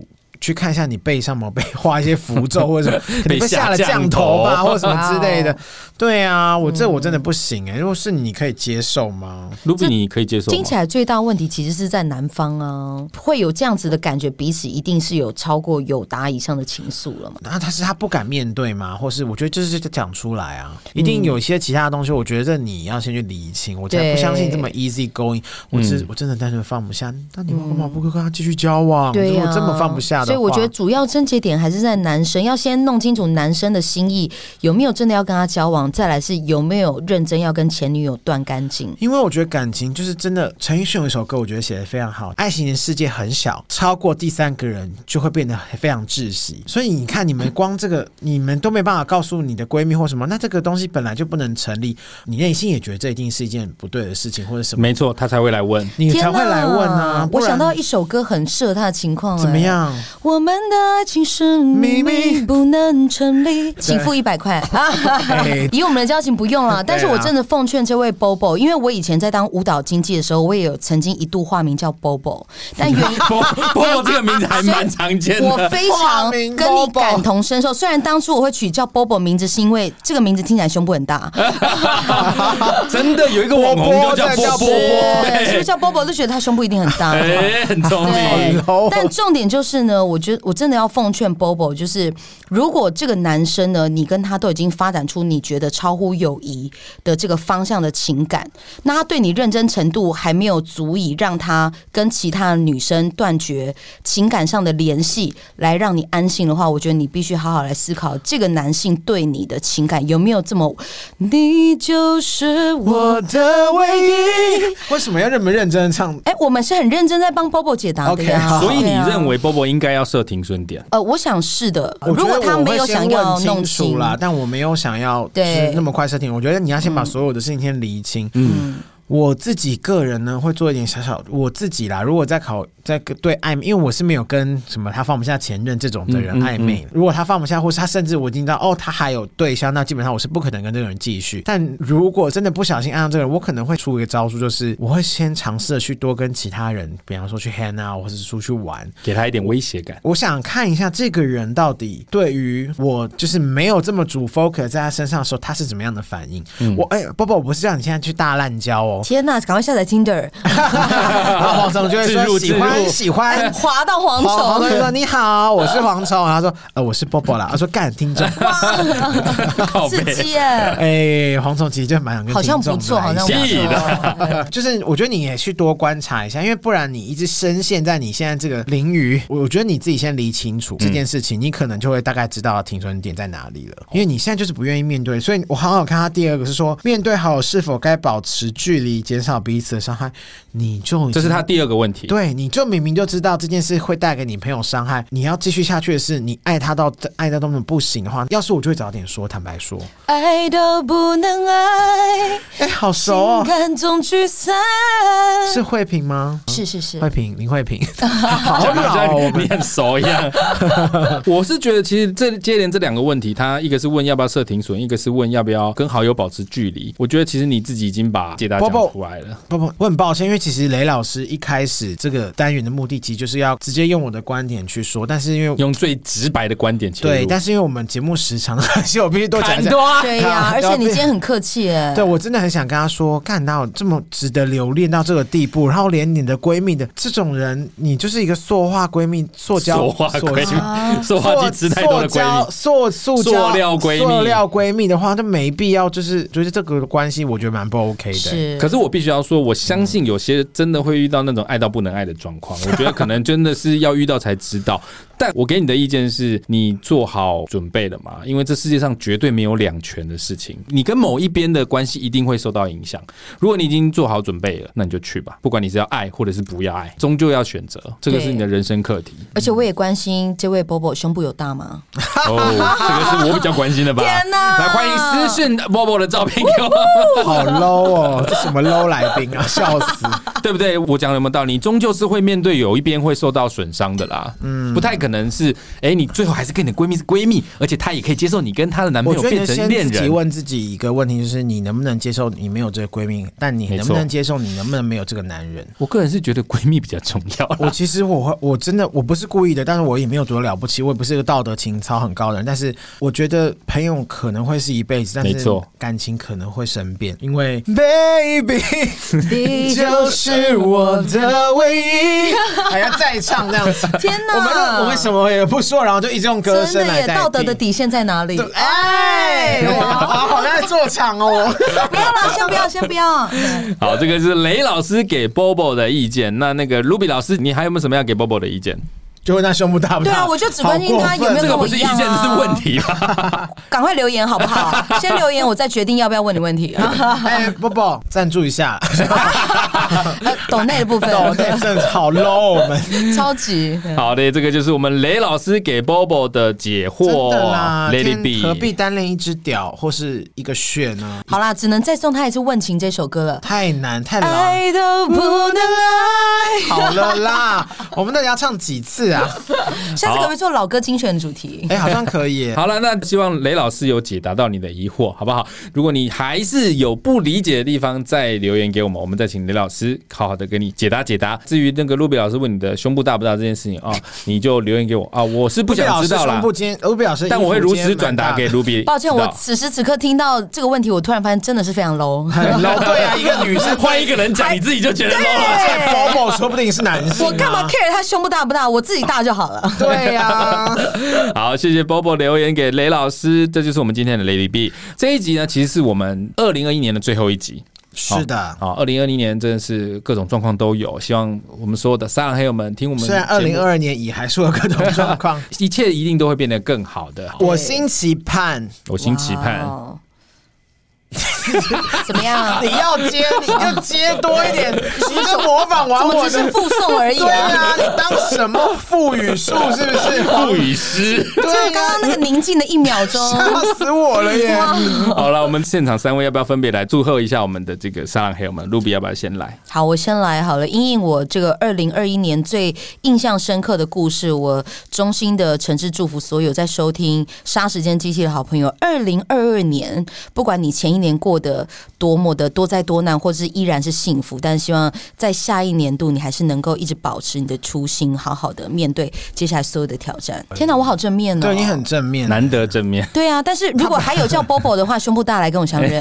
C: 去看一下你背上有没有被画一些符咒或者什么，可能
D: 被
C: 被下
D: 下
C: 了降
D: 降
C: 头
D: 头
C: 吧， 或什么之类的
B: 哇。
C: 对啊，我这我真的不行哎、如果是你可以接受吗？
D: 卢比，你可以接受
B: 听
D: 吗
B: 起？来最大问题其实是在男方啊，会有这样子的感觉，彼此一定是有超过有达以上的情愫了嘛？
C: 那他是他不敢面对吗？或是我觉得就是就讲出来啊，一定有一些其他的东西，我觉得你要先去理清。我才
B: 对
C: 不相信这么 easy going，我只、
D: 嗯
C: 我真的单纯放不下。那你干嘛不跟他继续交往？
B: 嗯
C: 啊如
B: 对呀、
C: 果这么放不下的话，
B: 所以我觉得主要症结点还是在男生，要先弄清楚男生的心意有没有真的要跟他交往，再来是有没有认真要跟前女友断干净。
C: 因为我觉得感情就是真的，陈奕迅有一首歌，我觉得写的非常好，“爱情的世界很小，超过第三个人就会变得非常窒息”。所以你看，你们光这个，你们都没办法告诉你的闺蜜或什么，那这个东西本来就不能成立，你内心也觉得这一定是一件不对的事情或者什么，
D: 没错，他才会 来问。
C: 你才会
B: 天哪
C: 来问啊。不
B: 我
C: 然
B: 想到一首歌很适合他的情况、哎
C: 怎么？ 样？
B: 我们的爱情是
C: 秘
B: 秘
C: 密
B: 密，不能成立，请付一百块。
C: 哎
B: 以我们的交情不用 了，但是
C: 啊
B: 我真的奉劝这位 Bobo，因为我以前在当舞蹈经纪的时候，我也有曾经一度化名叫 Bobo，但原因。
D: 波波这个名字还蛮常见
B: 我
D: 的。
B: 非
C: 化
B: 常
C: 名
B: 跟你
C: Bobo
B: 感同身受，虽然当初我会取叫 Bobo 名字，是因为这个名字听起来胸部很大，
D: 真的有一个网红就叫波波，
B: 对，所以
D: 对，
B: 叫 Bobo 就觉得他胸部一定很大。
D: 哎，很聪明。
B: 对
C: 好 low 哦，
B: 但重点就是呢，我觉得我真的要奉劝 Bobo，就是如果这个男生呢，你跟他都已经发展出你觉得超乎友谊的这个方向的情感，那他对你认真程度还没有足以让他跟其他的女生断绝情感上的联系，来让你安心的话，我觉得你必须好好来思考这个男性对你的情感有没有这么，你就是我。
C: 我的唯 一，为什么要那么认真地唱？
B: 哎、我们是很认真在帮 Bobo 解答的
C: OK，
B: 呀
C: 好
D: 所以你
B: 对啊
D: 认为波波应该要要设停损点？
B: 呃，我想是的。
C: 我觉得
B: 如果他
C: 我会
B: 没有
C: 先
B: 想
C: 问
B: 要弄
C: 清楚啦，但我没有想要就是
B: 对。
C: 那么快设定。我觉得你要先把所有的事情先理清。嗯，我自己个人呢会做一点小小我自己啦。如果在考在对暧昧，因为我是没有跟什么他放不下前任这种的人
D: 嗯嗯
C: 暧昧。如果他放不下，或是他甚至我已经知道哦他还有对象，那基本上我是不可能跟这个人继续。但如果真的不小心爱上这个人，我可能会出一个招数，就是我会先尝试的去多跟其他人，比方说去 hang out 或是出去玩，
D: 给他一点威胁 感。
C: 我想看一下这个人到底对于我就是没有这么主 focus 在他身上的时候，他是怎么样的反应。我哎，波、波，我不是叫你现在去大滥交哦
B: 天呐，赶快下载 Tinder，
C: 然后黄总就会
D: 置入
C: 说喜
D: 置
C: 欢
D: 入
C: 喜欢。
B: 哎滑到蝗
C: 黄黄总就
B: 虫。
C: 说你好，我是蝗虫。然后他说呃我是波波啦。他说干听众，
D: 靠
B: 刺
D: 背
B: 激耶！
C: 哎蝗虫其实就蛮想跟
B: 好像不
C: 听众
B: 错，
C: 来
B: 好
C: 一
B: 像
C: 下
B: 不
D: 屁
B: 错。
C: 就是我觉得你也去多观察一下，因为不然你一直深陷在你现在这个淋雨，我我觉得你自己先理清楚这件事情，你可能就会大概知道停损点在哪里了。因为你现在就是不愿意面对，所以我好好看他第二个是说，面对好友是否该保持距离，减少彼此的伤害，你就已经
D: 这是他。第二个问题。
C: 对，你就明明就知道这件事会带给你朋友伤害，你要继续下去的是，你爱他到爱到根本不行的话，要是我就会早点说，坦白说，
B: 爱哎都不能爱，
C: 哎，好熟
B: 情
C: 哦，
B: 感总聚散。
C: 是慧萍吗？
B: 是是是
C: 慧，萍，林慧萍，好
D: 讲得
C: 老哦，我
D: 像
C: 们
D: 你很熟一样。 我是觉得，其实这接连这两个问题，他一个是问要不要设停损，一个是问要不要跟好友保持距离。我觉得其实你自己已经把解答讲
C: Bobo
D: 出来了。
C: 不不，我很抱歉，因为其实雷老师一开始这个单元的目的其实就是要直接用我的观点去说，但是因为
D: 用最直白的观点切入。
C: 对，但是因为我们节目时长的 关系，我必须多讲一
D: 砍
C: 下。
D: 啊！
B: 对呀、
C: 哎好
B: 而且你今天很客气耶。
C: 对，我真的很想跟他说，干哪有这么值得留恋到这个地步？然后连你的闺蜜的这种人，你就是一个塑化闺蜜、塑胶
D: 说话闺
C: 塑
D: 蜜， 说话
C: 塑
D: 机吃太多的
C: 塑胶
D: 闺蜜。
C: 塑塑胶
D: 塑料闺蜜
C: 塑料闺蜜的话，就没必要，就是就是这个关系，我觉得蛮不 OK 的。
B: 是，
D: 可是我必须要说，我相信有些真的会遇到那种爱到不能爱的状况。我 觉得可能真的是要遇到才知道。但我给你的意见是，你做好准备了嘛？因为这世界上绝对没有两全的事情，你跟某一边的关系一定会受到影响。如果你已经做好准备了，那你就去吧，不管你是要爱或者是不要爱，终究要选择，这个是你的人生课题。
B: 而且我也关心这位 Bobo 胸部有大吗？
D: 哦，这个是我比较关心的吧？
B: 天哪
D: 来，欢迎私讯 Bobo 的照片给我。
C: 好 low 哦，这什么 low 来宾啊，笑死！
D: 对不对？我讲的有没有道理？你终究是会面对有一边会受到损伤的啦，嗯，不太可能是，哎，你最后还是跟你的闺蜜是闺蜜，而且她也可以接受你跟她的男朋
C: 我觉
D: 友
C: 得
D: 变
C: 你
D: 成
C: 先
D: 恋
C: 自己
D: 人。
C: 问自己一个问题，就是你能不能接受你没有这个闺蜜，但你能不
D: 没错
C: 能接受你能不能没有这个男人？
D: 我个人是觉得闺蜜比较重要啦。
C: 我其实我会我真的我不是故意的，但是我也没有多了不起，我也不是一个道德情操很高的人，但是我觉得朋友可能会是一辈子，但
D: 没
C: 是
D: 错
C: 感情可能会生变，因为 baby 你就是我的唯一，还要再唱这样子。
B: 天哪！
C: 我们我们什么也不说，然后就一直用歌声
B: 真的
C: 来
B: 耶，
C: 代替
B: 道德的底线在哪里？
C: 对哎，哇，好在做场哦！
B: 哎不要 啦，先不要，先不要。
D: 好，这个是雷老师给 Bobo 的意见。那那个 Ruby 老师，你还有没有什么要给 Bobo 的意见？
C: 就问他胸部大不大？
B: 对啊我就只关心他有没有
D: 这
B: 跟
D: 个
B: 我
D: 不是
B: 一
D: 意见，
B: 样啊
D: 这是问题吧？
B: 赶快留言好不好？先留言，我再决定要不要问你问题。啊
C: 好过分。哎，波波赞助一下，
B: 呃，抖内的部分，
C: 抖内真的好 low，我们
B: 超级。对
D: 好的，这个就是我们雷老师给 Bobo 的解
C: 真
D: 惑
C: 的啦，
D: ，Lady
C: 天
D: B，
C: 何必单恋一只屌或是一个血呢？
B: 好啦，只能再送他一次《问情》这首歌了。
C: 太难太难，
B: 爱都不能爱。
C: 好了啦， 我们到底要唱几次 啊？
B: 下次可不可以做老歌精选主题？
C: 哎，好像可以耶。
D: 好了，那希望雷老师有解答到你的疑惑，好不好？如果你还是有不理解的地方，再留言给我们，我们再请雷老师好好的给你解答解答。至于那个露比老师问你的胸部大不大这件事情啊、你就留言给我啊、我是不想知道啦
C: 不，今天，不表示，
D: 但我会如实转达给露比。
B: 抱歉，我
D: 知道
B: 此时此刻听到这个问题，我突然发现真的是非常 low。
C: 老对 啊，一个女生
D: 换一个人讲，你自己就觉
B: 哎
D: 得 low 了。
C: 波波，说不定是男性啊。
B: 我干嘛 care 他胸部大不大？我自己大就好了。
C: 对呀。
D: 哦好，谢谢 Bobo 留言给雷老师，这就是我们今天的 Lady B 这一集呢，其实是我们二零二一年的最后一集。
C: 是的，
D: 好，二零二零年真的是各种状况都有，希望我们所有的沙狼黑友们听我们
C: 虽然二零
D: 节目
C: 二二年也还是有各种状况，
D: 一切一定都会变得更好的。
C: 我心期盼
D: 我心期盼，
B: 哇 怎么样？
C: 你要接你就接多一 点，你就模仿完
B: 我
C: 我
B: 们只
C: 的
B: 是。附送而已
C: 对
B: 啊。
C: 啊，你当什么副语数是不 是？
D: 不 语诗。
B: 就是
C: 对
B: 刚
C: 呀、
B: 刚那个宁静的一秒钟，
C: 吓死我了耶！
D: 好了，我们现场三位要不要分别来祝贺一下我们的这个沙朗黑友们？露比要不要先来？
B: 好，我先来好了。因应我这个二零二一年最印象深刻的故事，我衷心的诚挚祝福所有在收听《杀时间机器》的好朋友。二零二二年，不管你前一年过得多么的多灾多难，或是依然是幸福，但希望在下一年度，你还是能够一直保持你的初心，好好的面对接下来所有的挑战。天哪，我好正面
C: 哎
B: 哦！
C: 对你很正面，
D: 难得 正面。
B: 对啊，但是如果还有叫 Bobo 的话， 胸部大来跟我 相认。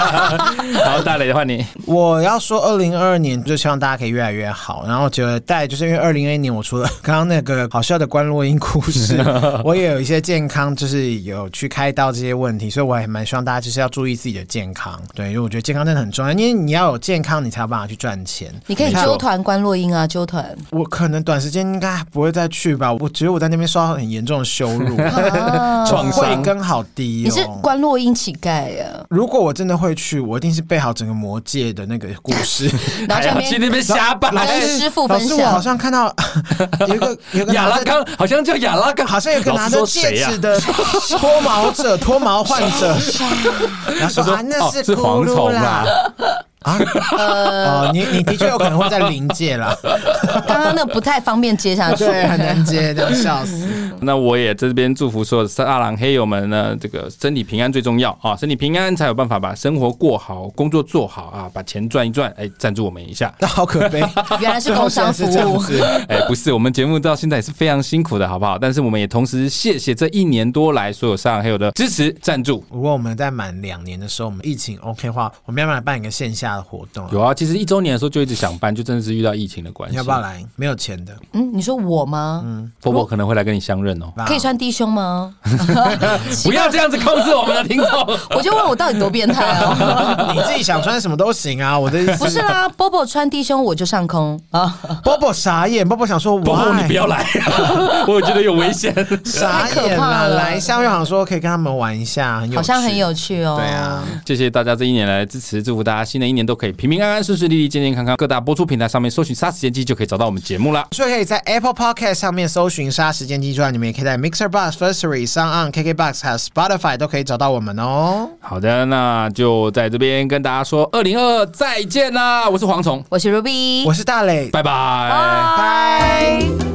D: 好，大磊换 你。
C: 我要说，二零二二年就希望大家可以越来越好。然后我觉得，再来就是因为二零二一年，我除了刚刚那个好笑的关洛英故事，我也有一些健康，就是有去开刀这些问题，所以我还蛮希望大家就是要注意自己的健康。对，因为我觉得健康真的很重要，因为你要有健康，你才有办法去赚钱。
B: 你可以
C: 没错
B: 揪团关洛英啊，揪团。
C: 我可能短时间应该不会再去吧，我觉得我在那边受到很严重的羞 辱，
B: 啊
D: 创伤
C: 慧根好低、哦。
B: 你是关洛英乞丐啊呀、
C: 如果我真的会去，我一定是背好整个魔界的那个故 事。
B: 然后
D: 还
B: 下
D: 要去
B: 面
D: 那边瞎掰。
B: 老师师傅
C: 老
B: 分
C: 师，我好
B: 享，
C: 像看到 有一个有一个
D: 亚
C: 拿
D: 拉
C: 着
D: 冈好像叫亚拉冈，
C: 好像有一个
D: 老
C: 拿
D: 师
C: 着
D: 说
C: 戒
D: 谁啊呀
C: 指？的脱毛 者、脱毛患者，然后
D: 他
C: 说啊，那
D: 哦是
C: 咕
D: 蝗
C: 噜
D: 虫
C: 啦
D: 啦。
C: 啊，
B: 呃
C: 哦，你你的确有可能会在临界 啦，
B: 刚刚那不太方便接下去。
C: 对，很难接，这样笑死。
D: 那我也这边祝福所有的沙朗黑友们呢，这个身体平安最重要啊，身体平安才有办法把生活过好，工作做好啊，把钱赚一赚。哎，赞助我们一下。
C: 那好可悲，
B: 原来是工商服
C: 最后
B: 务
C: 竟然是这样子
D: 哎，不是，我们节目到现在也是非常辛苦的，好不好？但是我们也同时谢谢这一年多来所有沙朗黑友的支持赞助。
C: 如果我们在满两年的时候，我们疫情 OK 的话，我们要不要来办一个线下的活动啊？
D: 有啊，其实一周年的时候就一直想办，就真的是遇到疫情的关系。
C: 你要不要来？没有钱的，
B: 嗯，你说我吗？
D: 婆婆可能会来跟你相认哦。
B: 可以
C: 啊
B: 穿低胸吗？
D: 不要这样子控制我们的 听众。
B: 我就问我到底多变态啊！
C: 你自己想穿什么都行啊。我的意思
B: 不是啦，Bobo 穿低胸我就上空啊，
C: ，Bobo 傻眼，Bobo 想说，
D: 婆婆，
C: why？
D: 你不要来， 我觉得有危险。
C: 傻
B: 太可
C: 眼
B: 怕
C: 啦！
B: 了
C: 来，夏月好像说可以跟他们玩一下，很有
B: 好像
C: 趣
B: 很有趣哦。
C: 对啊，
D: 谢谢大家这一年来的支持，祝福大家新的一年都可以平平安安、顺顺利利、健健康康。各大播出平台上面搜寻“杀时间机”就可以找到我们节目啦。
C: 所以可以在 Apple Podcast 上面搜寻“杀时间机”之外，你们也可以在 Mixer Box、Firstory、s o n On、KKBox 还有 Spotify 都可以找到我们哦。
D: 好的，那就在这边跟大家说，二零二再见啦！我是蝗虫，
B: 嗯我是 Ruby，哦
C: 我是大磊，
D: 拜拜。
C: 拜。